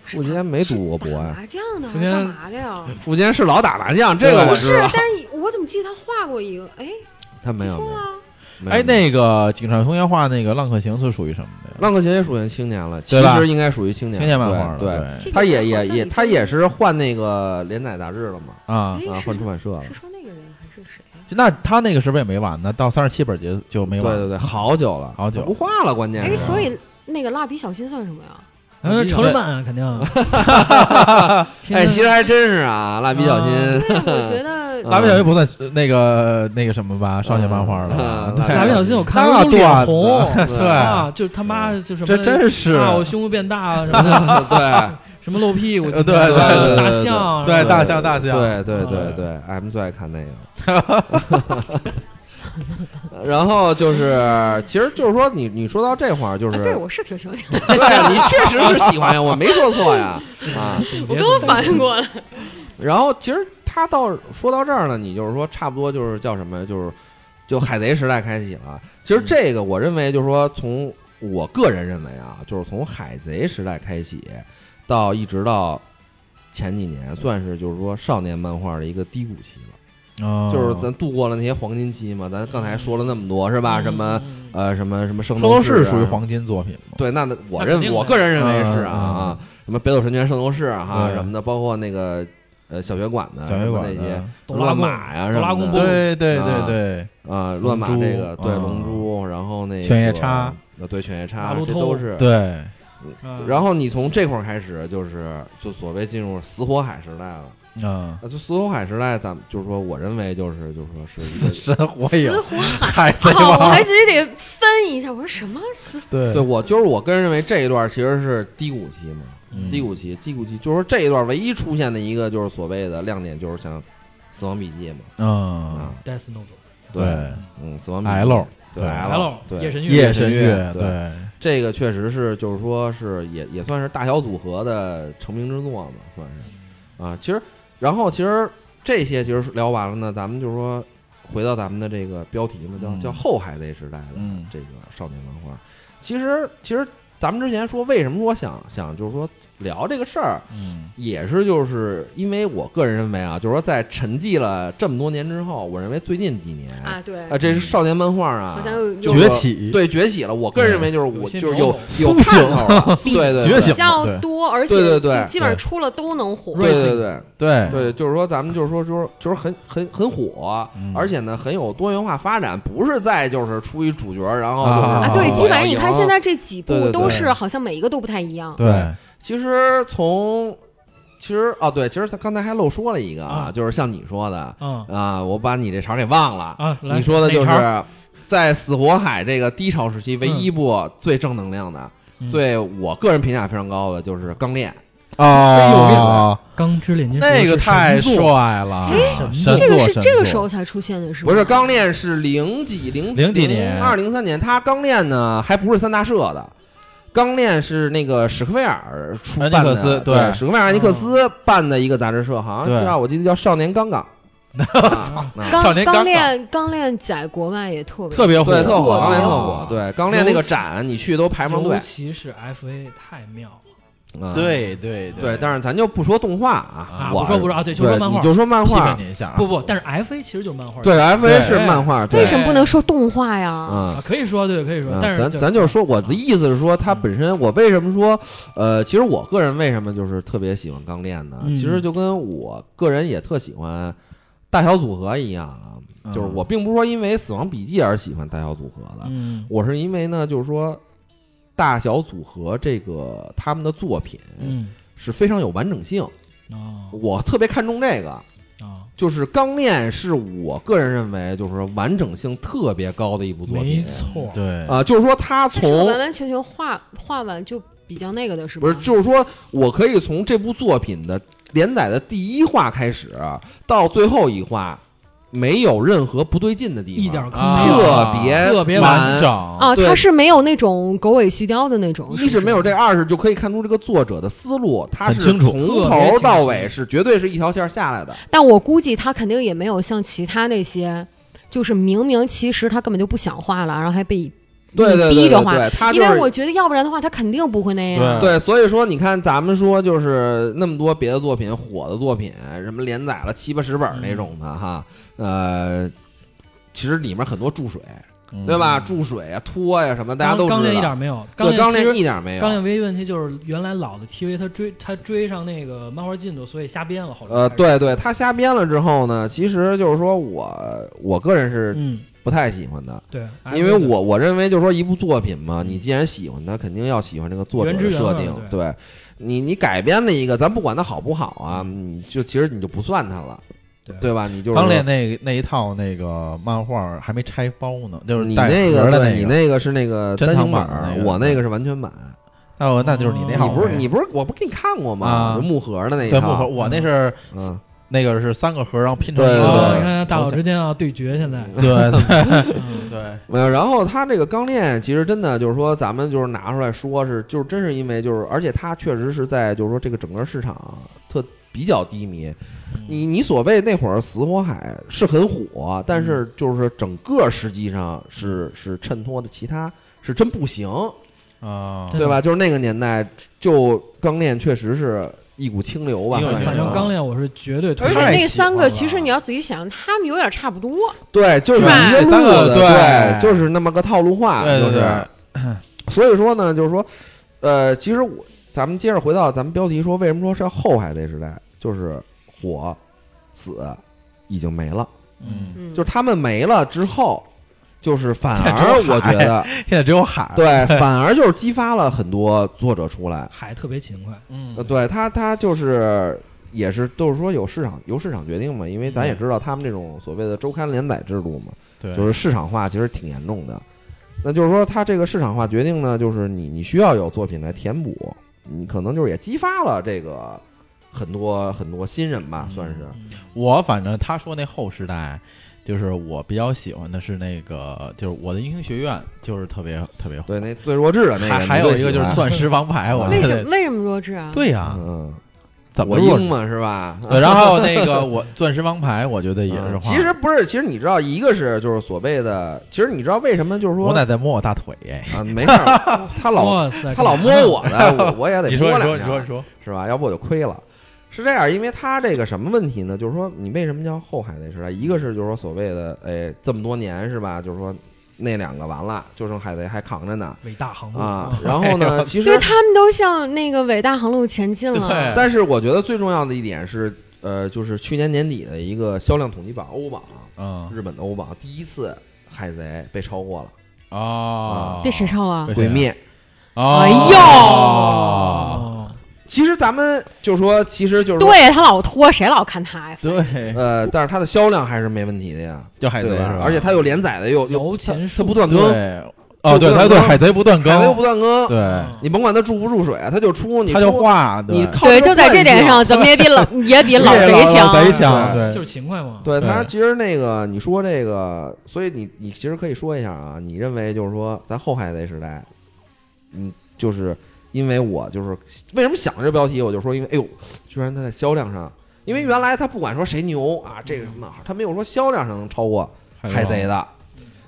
富坚没赌过博是打呀、麻将的富还是坚啊干嘛的呀？富坚是老打麻将，这个我不知是啊道，，但是我怎么记得他画过一个？哎，他没有没错有。啊，没有哎，那个井上雄彦画那个《浪客行》是属于什么的呀？浪客行也属于青年了，其对吧实应该属于青年青年漫画了，对，对这个他也好也像也你他说也是换那个连载杂志了嘛，啊哎，啊，是换他出版社了。是说那个人还是谁啊？那他那个是不是也没完呢？到三十七本结就没对完，对对，好久了，好久不画了，关键哎，是。所以那个蜡笔小新算什么呀？嗯，成人版啊，肯定啊。哎，天其实还真是啊，蜡笔小新 啊，对，我觉得蜡笔小新不算呃那个那个什么吧，少年漫画了嗯，对蜡笔小新我看那了都脸段子红对，啊，就他妈就什么，这真是啊，我胸部变大啊什么的，对什么露屁股，呃对对对对大对象，啊对什么大象大象对对对嗯对，M 最爱看那个。 然后就是，其实就是说你，你说到这块儿，就哎，是对我是挺喜欢听，对你确实是喜欢呀，我没说错呀啊。总结我跟我总结反应过来，然后其实他到说到这儿呢，你就是说差不多就是叫什么，就是就海贼时代开启了。其实这个我认为就是说，从我个人认为啊，就是从海贼时代开启到一直到前几年，算是就是说少年漫画的一个低谷期了。哦就是咱度过了那些黄金期嘛，咱刚才说了那么多是吧？什么？嗯呃什么什么圣圣斗士士属于啊黄金作品吗？对，那那我那肯认定我的个人认为是嗯啊啊，什么北斗神拳圣斗士啊哈对什么的，包括那个呃小学馆的小学馆什么那些的，嗯哆乱啦 A 码呀什么的哆啦公布对对对啊对，啊，乱码这个龙珠对啊龙珠，然后那个犬夜叉，呃对犬夜大叉，路这透都是。对，嗯然后你从这块儿开始，就是就所谓进入死火海时代了。嗯，那就死火海时代，咱们就是说，我认为就是就是说是一死神个火哎 影死、火海海。贼好，哦我王还，必须得分一下。我说什么死？对对我就是我个人认为这一段其实是低谷期嘛，嗯低谷期，低谷期就是说这一段唯一出现的一个就是所谓的亮点，就是像《死亡笔记》嘛，嗯啊， Death Note 对嗯，《死亡笔记》 ，L 对对 L L 夜对，神夜神月对对，这个确实是就是说是也也算是大小组合的成名之作嘛，算是啊。其实，然后其实这些其实聊完了呢，咱们就说回到咱们的这个标题嘛，叫、嗯叫后海贼时代的嗯这个少年漫画。其实其实咱们之前说为什么说想想就是说聊这个事儿，嗯也是就是因为我个人认为啊，就是说在沉寂了这么多年之后，我认为最近几年啊、啊，对，这是少年漫画啊，好像又就又是崛起，对崛起了。我个人认为就是我有些就是苗有头有苏醒 看头了，对对对，觉醒比较多，而且对对对就基本对上出了都能火。对对对对对，就是说咱们就是说就是就是很很很火嗯，而且呢很有多元化发展，不是在就是出于主角，然后就是啊啊，哦对，基本上我要你看赢现在这几对部对对都是好像每一个都不太一样。对，其实从其实哦对，其实他刚才还漏说了一个啊，啊就是像你说的嗯啊，我把你这茬给忘了啊，来你说的就哪茬是在死火海这个低潮时期，唯嗯一部最正能量的、嗯最我个人评价非常高的就是《钢炼》。哎啊哦，钢之炼金术那个是太神作帅了，哎神这个作是神这个作时候才出现的是吗？不是《钢炼》是零几零零几年二零三年，他《钢炼》呢还不是三大社的，《钢炼》是那个史克威尔出安办尼的，克斯对对嗯史克威尔安尼克斯办的一个杂志社，好像啊对叫我记得叫《少年钢钢》啊。啊少年钢钢钢炼钢炼在国外也特别特别火，对，特火，火钢炼特啊火，对，钢炼那个展你去都排不上队尤。其是 FA 太妙了啊，对对对，但是咱就不说动画啊啊，我不说不说啊，对，就说漫画你，就说漫批画判，你一下啊，不不，但是 FA 其实就是漫画，对，F A 对是漫画，对为什么不能说动画呀？嗯啊，。可以说对，可以说嗯，但是啊嗯咱咱就是说，我的意思是说，它本身我为什么说，呃，其实我个人为什么就是特别喜欢钢炼呢？嗯其实就跟我个人也特喜欢大小组合一样啊，嗯就是我并不是说因为《死亡笔记》而喜欢大小组合的，嗯我是因为呢，就是说大小组合这个他们的作品嗯是非常有完整性，啊我特别看重这个。啊，就是《钢炼》是我个人认为就是说完整性特别高的一部作没品，错，嗯对啊、就是说它它是从完完全全画画完就比较那个的是吗？不是就是说我可以从这部作品的连载的第一话开始到最后一话，没有任何不对劲的地方，一点儿坑啊没有。特别特别完完。整啊，对它是没有那种狗尾续貂的那种。一是没有这，二是就可以看出这个作者的思路，他很是清楚从特别清头晰到尾是绝对是一条线儿下来的。但我估计他肯定也没有像其他那些，就是明明其实他根本就不想画了，然后还被对对逼对着对画。对，他因就是为我觉得要不然的话，他肯定不会那啊样。对，所以说你看，咱们说就是那么多别的作品火的作品，什么连载了七八十本儿那种的哈，呃，其实里面很多注水，嗯对吧？注水啊、拖呀、什么，大家钢都知道。钢炼一点没有，对钢钢炼炼其一实点没有钢。炼唯一问题就是原来老的 TV 他追他追上那个漫画进度，所以瞎编了。后来呃，开始，对对，他瞎编了之后呢，其实就是说我我个人是嗯，不太喜欢的，对，因 FA 为的我我认为就是说一部作品嘛，你既然喜欢它，肯定要喜欢这个作者原汁的原设味定。对对你你改编了一个，咱不管它好不好啊，你就其实你就不算它了，对对吧？你就是钢炼那那一套那个漫画还没拆包呢，就是你带那盒的对你那个，那个是那个珍单藏行本版的儿那个我那对个是完全版。那我那就是你那哦套你呗，不是你不是我不给你看过吗？啊有木盒的那一对木盒，套，我那是嗯，那个是三个盒，然后拼成一呃对哦，你个，看大佬之间要对决，现在对 对嗯对，没有。然后他这个钢炼其实真的就是说，咱们就是拿出来说是，就是真是因为就是，而且它确实是在就是说这个整个市场特比较低迷。嗯你你所谓那会儿死火海是很火，但嗯是就是整个实际上是是衬托的其他是真不行，啊，对对吧？就是那个年代，就钢炼确实是一股清流吧，一股清流反正钢炼我是绝对推而而且且荐太那那喜三三个个，欢其其实实了你你要仔细想，他们有点差不多。对，就是是一吧个路三个子，对就是那么个套路化，对就对是。对， 所以说呢，就是说，呃，其实我咱们接着回到咱们标题说，为什么说是后海贼时代？就是火、死，已经没了。嗯，嗯，就是他们没了之后，就是反只而有海我觉得，现在只有海，，对，反而就是激发了很多作者出来。海特别勤快，嗯呃，，对他，他就是也是都是说有市场由市场决定嘛，因为咱也知道他们这种所谓的周刊连载制度嘛，嗯对，就是市场化其实挺严重的。那就是说，它这个市场化决定呢，就是你你需要有作品来填补，你可能就是也激发了这个很多很多新人吧，算是。嗯我反正他说那后时代，就是我比较喜欢的是那个，就是我的英雄学院，就是特别特别火。对，那最弱智的那还个，还你最有一个喜就是欢钻石王牌，我为特什别为什么弱智啊？，对呀、嗯，怎么我弱硬嘛是吧？对，然后还有那个我钻石王牌，我觉得也是嗯画。其实不是，其实你知道，一个是就是所谓的，其实你知道为什么就是说我奶在摸我大腿，哎啊，没事儿，他老哇塞，他老摸我呢，我我也得你摸说你说两下你说你说，是吧？要不我就亏了。是这样，因为他这个什么问题呢？就是说，你为什么叫后海贼时代？一个是就是说所谓的，哎，这么多年是吧？就是说那两个完了，就剩海贼还扛着呢伟大航路哦啊。然后哎呢，其因为实， 他们都向那个伟大航路前进了。对嗯但是我觉得最重要的一点是，呃，就是去年年底的一个销量统计榜欧榜，啊嗯日本的欧榜第一次海贼被超过了嗯哦，被谁抄啊被？ 《谁鬼啊灭》。哦？哎呦哦，啊哦，其实咱们就说，其实就是说，对他老拖，谁老看他呀？对，呃，但是它的销量还是没问题的呀，叫海贼对是吧吧？？而且它有连载的，又又摇钱它树不断更，对，哦，对，不断他对更海贼不断海贼又更，不断更，对，啊你甭管它注不注水，它就出，你他就出画，你对，靠对，就个在这惯点性，上，怎么也比老也比老贼强。贼强，对就是勤快嘛。对它对其实那个你说这个，所以你你其实可以说一下啊，你认为就是说咱后海贼时代，嗯，就是因为我就是为什么想这标题，我就说因为哎呦，居然它在销量上。因为原来它不管说谁牛啊，这个什么好，它没有说销量上能超过哎海贼的，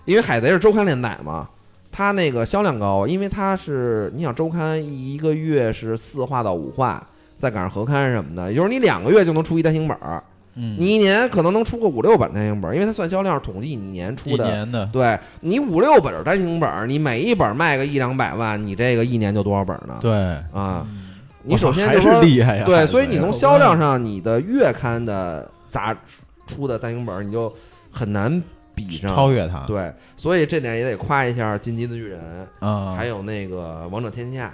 因为海贼是周刊连载嘛，它那个销量高，因为它是你想周刊一个月是四话到五话，再赶上合刊什么的，也就是你两个月就能出一单行本儿，嗯，你一年可能能出个五六本单行本儿，因为它算销量是统计你年一出的。年的，对你五六本儿单行本儿，你每一本儿卖个一两百万，你这个一年就多少本儿呢？对，啊，嗯，你首先还就是说厉害呀，海对，贼啊所以你从能销量上，你的月刊的杂出的单行本儿，你就很难比上超越他，对，所以这点也得夸一下《进击的巨人》啊，还有那个《王者天下》，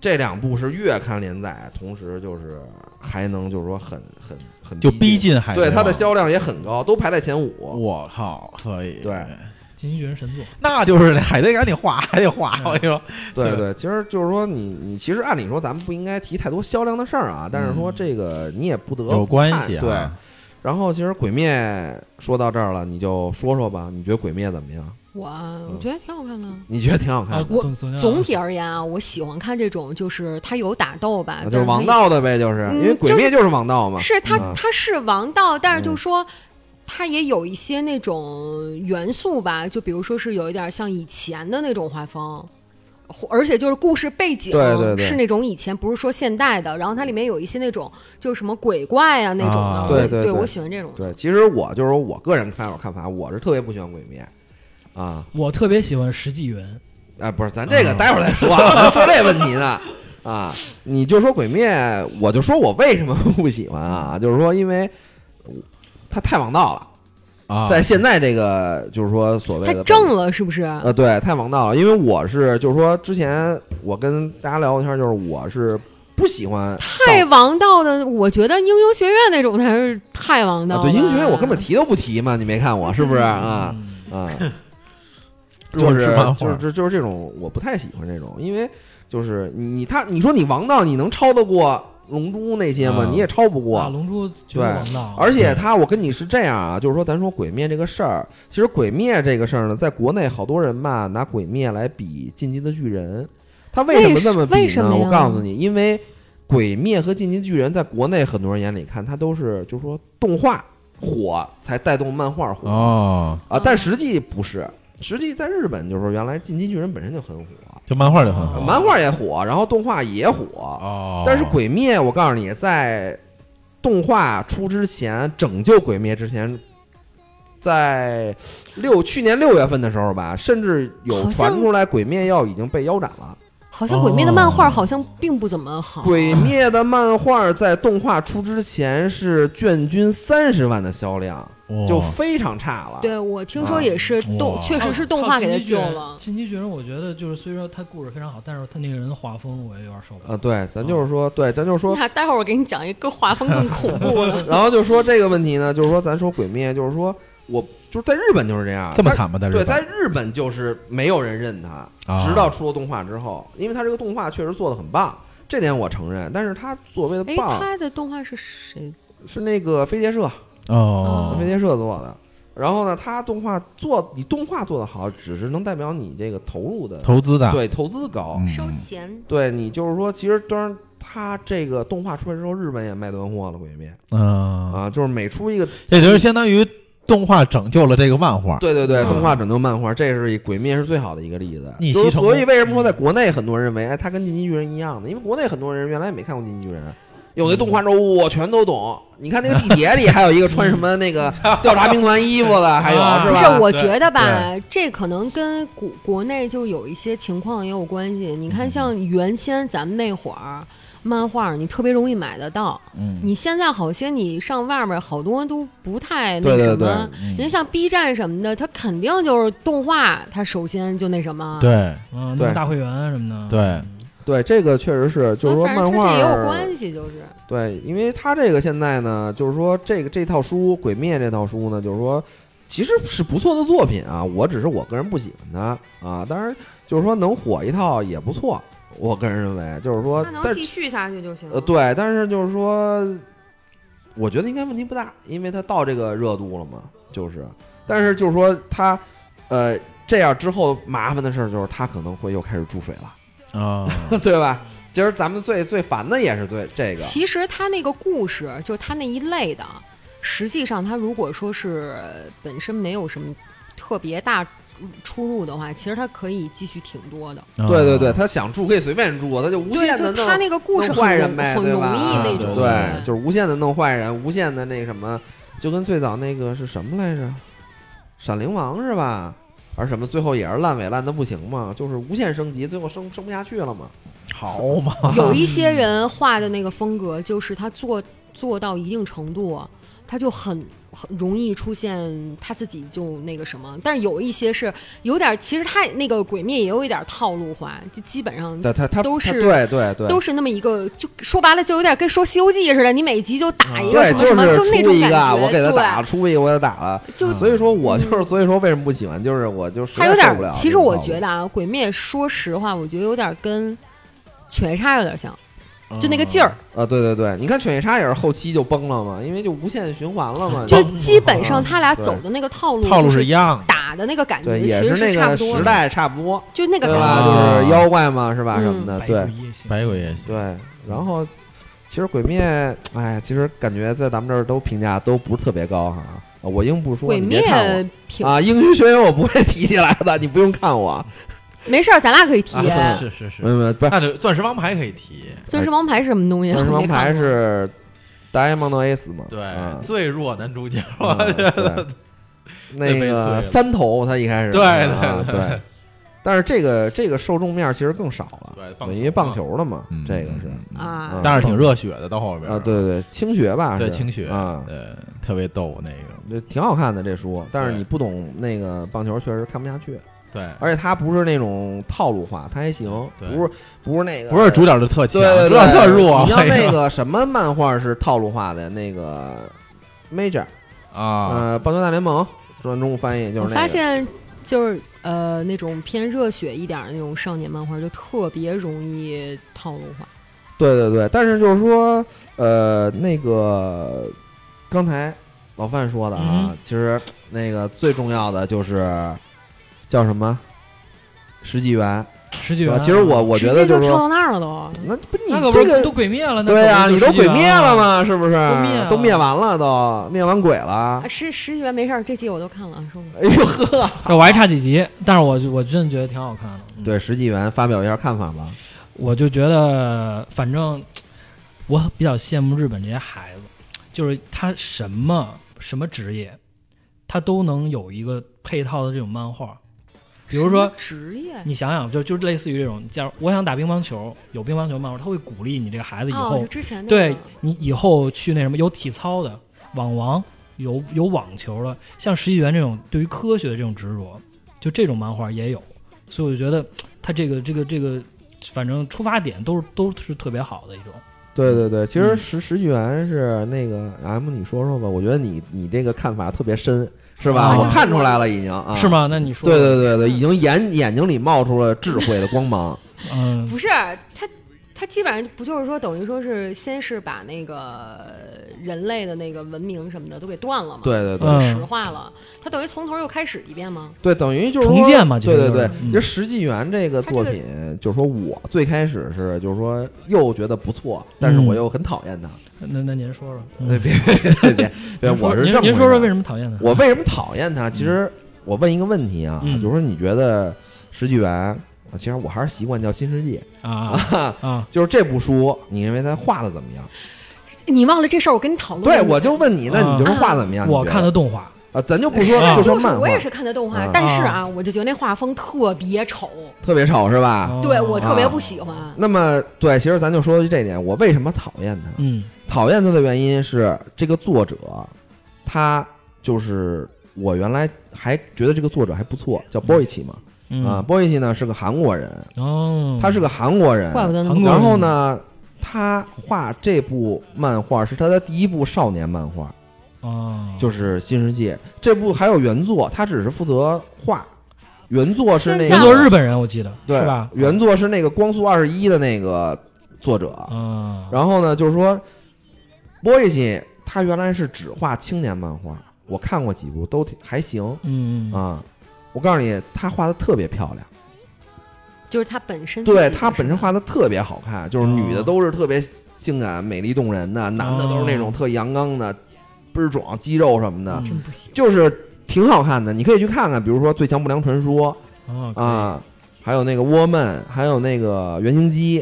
这两部是月刊连载，同时就是还能就是说很很很就逼逼近，近海贼对王，它的销量也很高，都排在前五。我靠，可以，对，金星巨人神作，那就是那海贼赶紧画，还得哎画，嗯我跟你说，对对对，其实就是说你你其实按理说咱们不应该提太多销量的事儿啊，但是说嗯这个你也不得有关系看啊，对，然后其实《鬼灭》说到这儿了，你就说说吧，你觉得《鬼灭》怎么样？我我觉得挺好看的。你觉得挺好看啊，的，我总总总体而言啊，我喜欢看这种，就是他有打斗吧，啊那就但是它王道的呗，就是因为《嗯鬼就是灭》就是王道嘛。是他嗯他是王道，但是就嗯说。他也有一些那种元素吧，就比如说是有一点像以前的那种画风，或而且就是故事背景对对对是那种以前不是说现代的，然后它里面有一些那种就是什么鬼怪啊那种的，啊我对对对，对我喜欢这种。对，其实我就是说我个人看法看法，我是特别不喜欢鬼灭啊我特别喜欢石纪元，哎，不是，咱这个嗯待会儿再说，啊，咱说这问题呢啊，你就说鬼灭，我就说我为什么不喜欢啊，就是说因为它太王道了，啊，在现在这个就是说所谓太的正了是不是？呃，对，太王道了，因为我是就是说之前我跟大家聊过一下，就是我是不喜欢太少王道的，我觉得英雄学院那种才是太王道啊，了。对英雄学院我根本提都不提嘛，你没看我是不是啊？嗯啊，弱就智是漫就画是就是这种，我不太喜欢这种，因为就是你你他你说你王道你能超得过龙珠那些吗？嗯你也超不哇，过。龙珠绝对王道，而且他，我跟你是这样啊，就是说，咱说鬼灭这个事儿，其实鬼灭这个事儿呢，在国内好多人吧，拿鬼灭来比进击的巨人，他为什么这么为比什呢？么呀我告诉你，因为鬼灭和进击的巨人在国内很多人眼里看，它都是就是说动画火才带动漫画火，哦，啊，但实际不是，实际在日本就是说原来《进击巨人》本身就很火，就漫画就很哦好，漫画也火，然后动画也火，哦，但是《鬼灭》，我告诉你，在动画出之前，拯救《鬼灭》之前。在六去年六月份的时候吧，甚至有好像传出来《鬼灭》要已经被腰斩了，好像《鬼灭》的漫哦画好像并不怎么好。 《啊鬼灭》的漫画在动画出之前是卷均三十万的销量，哇就非常差了。对我听说也啊是动，哇确实是动靠画给进他击救巨人了。进击巨人，我觉得就是虽说他故事非常好，但是他那个人的画风我也有点受不了。啊，对，咱就是说，对，咱就是说，。那待会儿我给你讲一个画风更恐怖的 然后就说这个问题呢，就是说，咱说《鬼灭》，就是说，我就是在日本就是这样，这么但惨吗？啊在日对，本在日本就是没有人认他，啊直到出了动画之后，因为他这个动画确实做的很棒，这点我承认。但是他所谓的哎，棒他的动画是谁？是那个飞碟社，哦飞，碟社做的。然后呢，他动画做你动画做的好，只是能代表你这个投入的投资的对投资高。嗯钱对你就是说，其实当然他这个动画出来之后，日本也卖断货了《鬼灭》嗯，啊，就是每出一个，也就是相当于动画拯救了这个漫画。对对对，嗯动画拯救漫画，这是一《鬼灭》是最好的一个例子。逆袭就是成功所以为什么说在国内很多人认为，哎，他跟《进击巨人》一样的？因为国内很多人原来也没看过《进击巨人》。有那动画之后，我全都懂。你看那个地铁里，还有一个穿什么那个调查兵团衣服的，还有啊是不吧？是，我觉得吧，这可能跟国国内就有一些情况也有关系。嗯你看，像原先咱们那会儿。漫画你特别容易买得到，嗯，你现在好些你上外面好多都不太那对对什么。对嗯人像 B 站什么的，它肯定就是动画，它首先就那什么。对嗯，那对种大会员啊什么的。对嗯，对，这个确实是，就是所以说反漫正画它这也有关系，就是对，因为他这个现在呢，就是说这个这套书《鬼灭》这套书呢，就是说其实是不错的作品啊，我只是我个人不喜欢它啊，当然就是说能火一套也不错，我个人认为就是说，呃但是续下去就行呃对，但是就是说，我觉得应该问题不大，因为它到这个热度了嘛，就是，但是就是说它呃这样之后麻烦的事儿就是它可能会又开始注水了， 啊，对吧？其实咱们最最烦的也是最这个，其实它那个故事，就它那一类的，实际上它如果说是呃本身没有什么特别大出入的话，其实它可以继续挺多的。对对啊对，他想住可以随便住，他就无对，限就的啊弄它那个故事弄坏很人容呗，很对容吧？易那种。啊对，对就是无限的弄坏人，无限的那什么，就跟最早那个是什么来着，《闪灵王》是吧？而什么最后也是烂尾烂的不行嘛，就是无限升级，最后升升不下去了嘛。好嘛，有一些人画的那个风格，就是他做做到一定程度，他就很很容易出现他自己就那个什么。但是有一些是有点，其实他那个鬼灭也有一点套路化，就基本上对，他他都他是对对对，都是那么一个，就说白了就有点跟说《西游记》似的，你每集就打一个对，什么什么，是就那出种一感个觉，我给他打了，出一个我给他打了，对，就嗯所以说我就是所以说为什么不喜欢，就是我就实他在有点受不了儿。其实我觉得得啊，鬼灭说实话，我觉得有点跟犬夜叉有点像，就那个劲儿。啊，对对对，你看《犬夜叉》也是后期就崩了嘛，因为就无限循环了嘛，就帮助基本忙上他俩嗯对走的那个套路，嗯套路就是是一样的。打的那个感觉对，其也实那差个不多时的，代差不多，就那个对感吧？觉。啊哎就是妖怪嘛，是吧？嗯什么的，百啊对鬼夜行，白鬼也行，对。然后，其实鬼灭，哎，其实感觉在咱们这儿都评价都不是特别高哈。啊我应不说，鬼你别灭看我挺、啊，英语学院我不会提起来的，你不用看我。没事儿，咱俩可以提。啊是是没是，有没有，不是，那就钻石王牌可以提。钻石王牌是什么东西？钻石我王哎没看牌过是 Diamond Ace 嘛？对， 嗯最弱男主角，嗯对，那被催个了三头他一开始对啊对对，但是这个这个受众面其实更少了，对，等于啊棒球了嘛嗯，这个是。啊嗯，当然挺热血的，到后边啊，对对，清学吧，对是清雪啊，对，特别逗那个，这挺好看的这书，但是对你不懂那个棒球，确实看不下去。对，而且它不是那种套路化，它还行，对不是不是那个不是主角的特强，对啊对主对角特弱，你像哎那呦个什么漫画是套路化的那个 Major，啊，呃，棒球大联盟，中中文翻译就我是那发个。现就是呃那种偏热血一点儿的那种少年漫画，就特别容易套路化。对对对，但是就是说，呃，那个刚才老范说的啊，嗯其实那个最重要的就是叫什么十纪元，十几对吧？元。啊其实我我觉得直接就是就跳说，到那儿了都。那不你那可不这是个都鬼灭了？那对可呀，不你就都十几鬼元啊灭了？吗？是不是？都灭了啊都灭完了都，灭完鬼了啊，。十十一元没事儿，这集我都看了，说吧。哎呦呵，这我还差几集，但是我就我真的觉得挺好看的。嗯对，十纪元发表一下看法吧。我就觉得，反正我比较羡慕日本这些孩子，就是他什么什么职业，他都能有一个配套的这种漫画。比如 说，职业，你想想，就就类似于这种，假如我想打乒乓球，有乒乓球漫画，他会鼓励你这个孩子以哦，后就之前那对个你以后去那什么有体操的网王，有有网球的，像石纪元这种对于科学的这种执着，就这种漫画也有，所以我就觉得他这个这个这个，反正出发点都是都是特别好的一种。对对对，其实嗯石石纪元是那个哎 M，你说说吧，我觉得你你这个看法特别深，是吧？啊我看出来了已经啊，是？吗？那你说，对对对对，已经眼眼睛里冒出了智慧的光芒。嗯，不是他，他基本上不就是说，等于说是先是把那个人类的那个文明什么的都给断了嘛，，对对对嗯石化了，他等于从头又开始一遍吗？对，等于就是重说建嘛，其对实对就是对，嗯其实石纪元这个作品，就是说我最开始是就是说又觉得不错，但是我又很讨 厌它。那那您说说，嗯哎别别别别别，您说我是您这么回事。您说说为什么讨厌他？我为什么讨厌它？其实我问一个问题啊，嗯就是说你觉得石纪元，啊其实我还是习惯叫新世纪，啊啊啊，就是这部书，你认为它画的怎么嗯样？你忘了这事儿，我跟你讨论过。对，我就问你，那你就说画得怎么样？啊 我看的的动画，啊，咱就不是说，啊就就说是漫画我也是看的动画啊，但是啊啊，我就觉得那画风特别丑，特别丑是吧？哦对我特别啊不喜欢。那么对，其实咱就说这点，我为什么讨厌它？嗯讨厌它的原因是这个作者，他就是我原来还觉得这个作者还不错，叫 Boichi 嘛，嗯啊，Boichi 呢是个韩国人，哦，他是个韩国人，怪不得那韩么国然后呢，他画这部漫画是他的第一部少年漫画，哦，就是《新世界》这部还有原作，他只是负责画，原作是那现原个在作日本人，我记得对是吧？原作是那个《光速二十一》的那个作者。啊，然后呢，就是说，波伊奇他原来是只画青年漫画，我看过几部都挺还行嗯嗯啊。我告诉你，他画的特别漂亮，就是他本身自己对的他本身画的特别好看，就是女的都是特别性感、美丽动人的，男的都是那种特阳刚的，倍儿壮、肌肉什么的，真不喜欢。就是挺好看的。你可以去看看，比如说《最强不良传说》哦可以啊，还有那个《Woman》，还有那个《原型机》，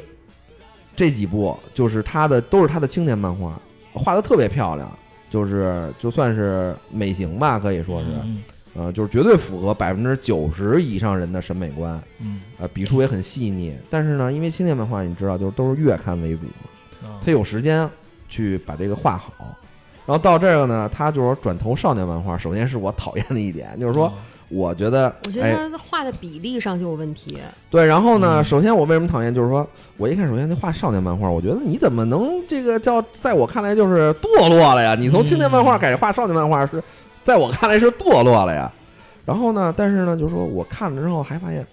这几部就是他的都是他的青年漫画，画的特别漂亮，就是就算是美型吧，可以说是，嗯呃，就是绝对符合百分之九十以上人的审美观，嗯，呃，笔触也很细腻。但是呢，因为青年漫画你知道，就是都是月刊为主嘛，嗯哦他有时间去把这个画好。然后到这个呢，他就是转投少年漫画，首先是我讨厌的一点，就是嗯说，我觉得，我觉哎得他画的比例上就有问题，对，然后呢，嗯首先我为什么讨厌，就是说我一看，首先那画少年漫画，我觉得你怎么能这个叫，在我看来就是堕落了呀？你从青年漫嗯画改画少年漫画是，在我看来是堕落了呀。然后呢，但是呢，就是说我看了之后还发现，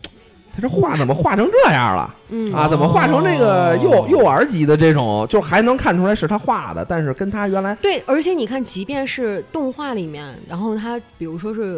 他这画怎么画成这样了嗯啊？怎么画成这个幼哦幼儿级的这种，就还能看出来是他画的，但是跟他原来对，而且你看，即便是动画里面，然后它比如说是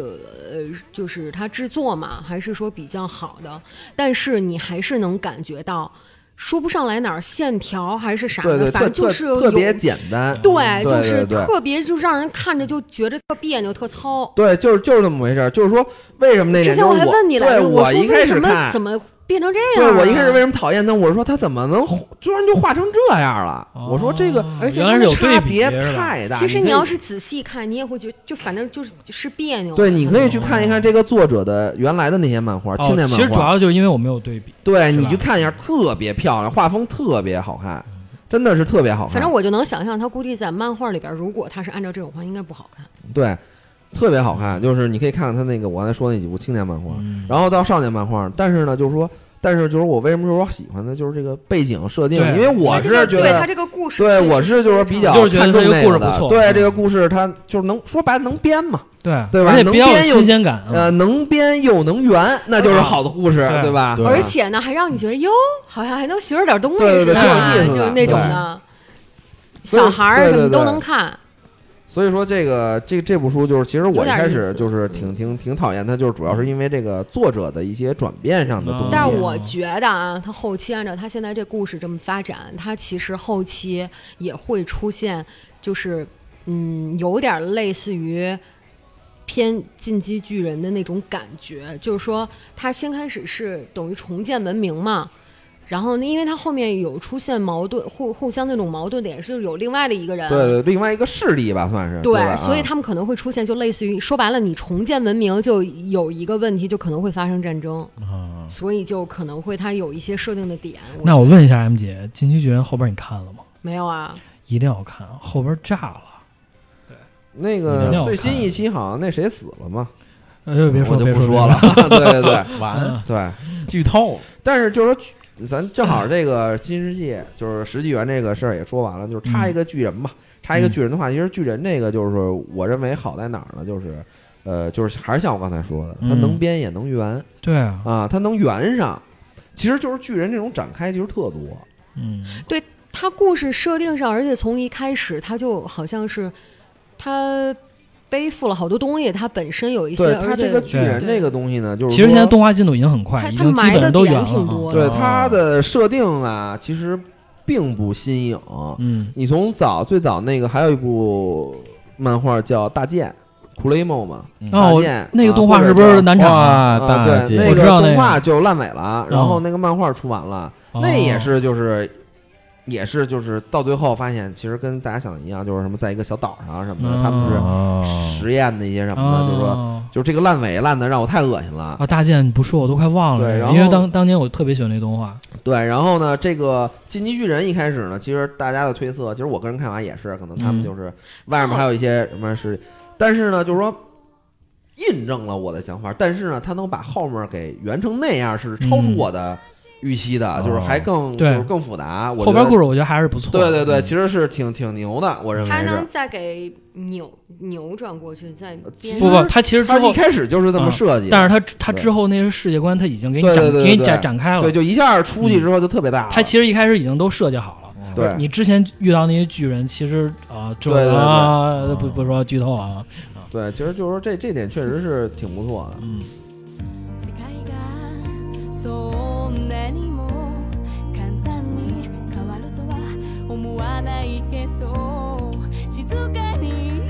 呃，就是它制作嘛，还是说比较好的，但是你还是能感觉到，说不上来哪儿线条还是啥的，对对反特正就特是有特别简单，对，就对是对对特别就让人看着就觉得特别扭、特糙。对，就是就是这么回事儿。就是说为什么那之点前我就是还我问你来对着，我说一开为始什看么怎么变成这对样、啊？我一开始为什么讨厌他？我说他怎么能居然就画成这样了？哦我说这个而且原来是有差对比别是吧？太大。其实你你要可以是仔细看，你也会觉得，就反正就是是别扭的。嗯对，你可以去哦看一看这个作者的原来的那些漫画，青年哦其实漫主画。要就是因为我没有对比，对是吧你去看一下，特别漂亮，画风特别好看，嗯真的是特别好看。反正我就能想象，他估计在漫画里边，如果他是按照这种话，应该不好看。对，特别好看。就是你可以看看他那个我刚才说那几部青年漫画，嗯然后到少年漫画，但是呢，就是说，但是就是我为什么说我喜欢的，就是这个背景设定，对因为我他是这个觉对得他这个故事确对，实非常，我是就是说比较就是觉看得重这个那故事的不错对嗯这个故事，它就是能说白了能编嘛，对对吧而且能比较有编又新鲜感啊呃，能编又能圆，那就是好的故事嗯，对吧？对而且呢，还让你觉得哟，好像还能学着点东西对对似对的，挺有意思的就是那种对的，所以小孩儿对什对么对都能看。所以说这个这这部书就是，其实我有一点开意始思就是嗯挺挺挺讨厌它，就是主要是因为这个作者的一些转变上的嗯东西。但是嗯我觉得啊，他后期按照他现在这故事这么发展，他其实后期也会出现，就是嗯，有点类似于偏进击巨人的那种感觉，就是说他先开始是等于重建文明嘛。然后呢，因为它后面有出现矛盾，互互相那种矛盾点，就是有另外的一个人，对，另外一个势力吧，算是对吧？所以啊他们可能会出现，就类似于说白了，你重建文明就有一个问题，就可能会发生战争，嗯啊，所以就可能会它有一些设定的点。我那我问一下 M 姐，《进击巨人》后边你看了吗？没有啊，一定要看，后边炸了。那你一个定要最看新一期好像那谁死了嘛，呃，别说我就别不说说了，。对对对完对，嗯剧透了，但是就是说，咱正好这个新世纪就是十纪元这个事儿也说完了，就是插一个巨人吧，嗯插一个巨人的话，其实巨人这个就是说我认为好在哪儿呢？就是呃，就是还是像我刚才说的，它嗯能编也能圆对啊，啊，它能圆上。其实就是巨人这种展开其实特多，嗯，它故事设定上，而且从一开始它就好像是它背负了好多东西，它本身有一些，对而它且这个巨人对这个东西呢，就是其实现在说动画进度已经很它快，已它经基埋本的上都圆点了挺啊。多的，对它的设定啊，其实并不新颖。嗯，你从早最早那个还有一部漫画叫《大剑》，库雷莫嘛，哦那我大剑那个动画啊是不是或者难产啊？哇，啊，大对，姐，那我知道那动个画就烂尾了，然后嗯那个漫画出完了，那哦也是就是，也是就是到最后发现，其实跟大家想的一样，就是什么在一个小岛上什么的，嗯他们不是哦实验的一些什么的，就是说，哦就是这个烂尾烂的让我太恶心了。啊，大剑你不说我都快忘了对这然个，后因为当当年我特别喜欢那动画。对，然后呢，这个进击巨人一开始呢，其实大家的推测，其实我个人看法也是，可能他们嗯就是外面还有一些什么是，但是呢，就是说。印证了我的想法，但是呢，他能把后面给圆成那样，是超出嗯我的预期的，就是还更就对是更复杂。我后边故事，事我觉得还是不错的。对对对，嗯其实是挺挺牛的，我认为它能是。呃再给扭扭转过去，再编不不，他其实之他一后，开始就是这么嗯设计的，但是他他对之后那些世界观他已经给你对展对对给你对展展开了对，，就一下出去之后就特别大了。他其实一开始已经都设计好了。对你之前遇到那些巨人，其实啊，这对对对啊嗯不不说剧透啊，对，其实就是说这这点确实是挺不错的。嗯，世界がそんなにも簡単に変わるとは思わないけど静かに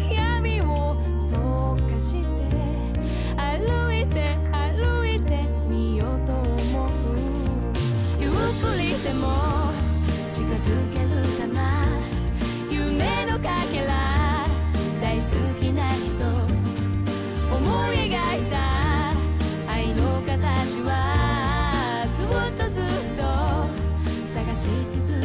闇を溶かして歩いて歩いてみようと思うゆっくりでも近づけるかな夢のかけら大好きな人思い描いた愛の形はずっとずっと探し続けて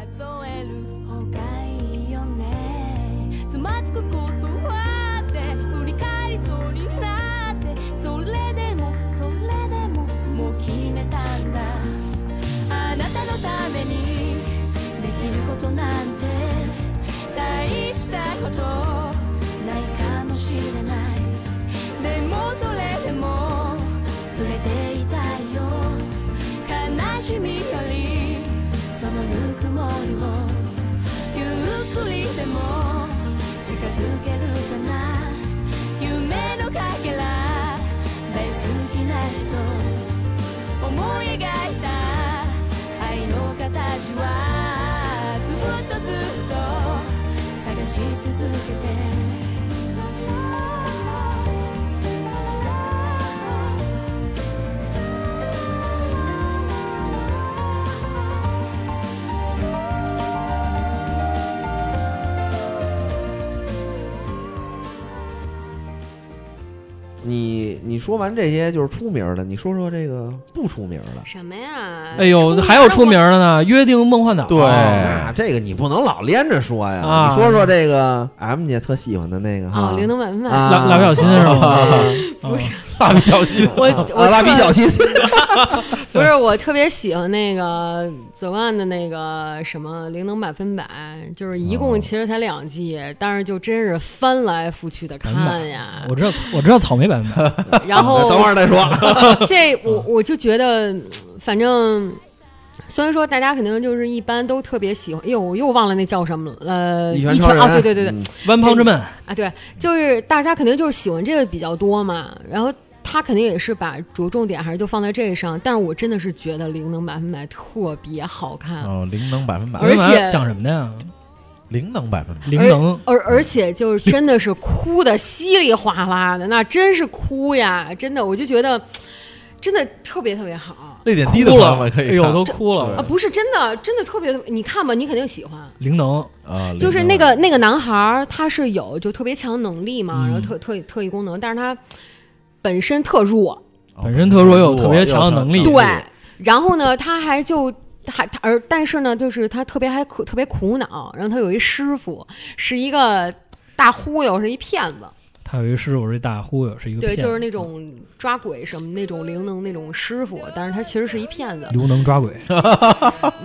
数える方がいいよねつまずくことはって振り返りそうになってそれでもそれでももう決めたんだあなたのためにできることなんて大したことないかもしれないでもそれでも触れていたいよ悲しみよりそのぬくもりをゆっくりでも近づけるかな夢のかけら大好きな人思い描いた愛の形はずっとずっと探し続けて你你说完这些就是出名的，你说说这个不出名的。什么呀？哎呦，还有出名的哎呢，《约定梦幻岛》对哦那这个你不能老连着说呀，啊你说说这个 M 姐特喜欢的那个啊，哈， 灵能文文、啊蜡蜡笔小新啊是吗？ 不是啊蜡笔小新，我我啊，蜡笔特小新， 不是我特别喜欢那个泽万的那个什么《灵能百分百》，就是一哦共其实才两季，但是就真是翻来覆去的看呀。我知道，我知道草莓版本，然 等会后儿再说。这我我就觉得，嗯反正虽然说大家肯定就是一般都特别喜欢，哎呦，我又忘了那叫什么了，呃，拳一超拳人啊，对对对对，嗯哎《弯胖之门》啊，对，就是大家肯定就是喜欢这个比较多嘛。然后他肯定也是把着重点还是就放在这上，但是我真的是觉得灵能百分百特别好看， 哦，灵能百嗯分百，而且讲什么呢？灵能百分百，灵能而而且就是真的是哭的稀里哗啦的，那真是哭呀！真的，我就觉得真的特别特别好泪点低的哭话了，我可以哎看，呦都哭了啊！对我。不是真的，真的特别，你看吧，你肯定喜欢。灵能啊，就是灵那能个那个男孩儿，他是有就特别强能力嘛，嗯然后特特特异功能，但是他本身特弱，哦本身特殊又有弱特别强的能力对嗯，然后呢，他还就。还他而但是呢，就是他特别还苦特别苦恼，然后他有一师傅是一个大忽悠，是一骗子，他有一师傅是一大忽悠，是一个对，骗就是子嗯那种抓鬼什么那种灵能那种师傅，但是他其实是一骗子。刘能 抓鬼。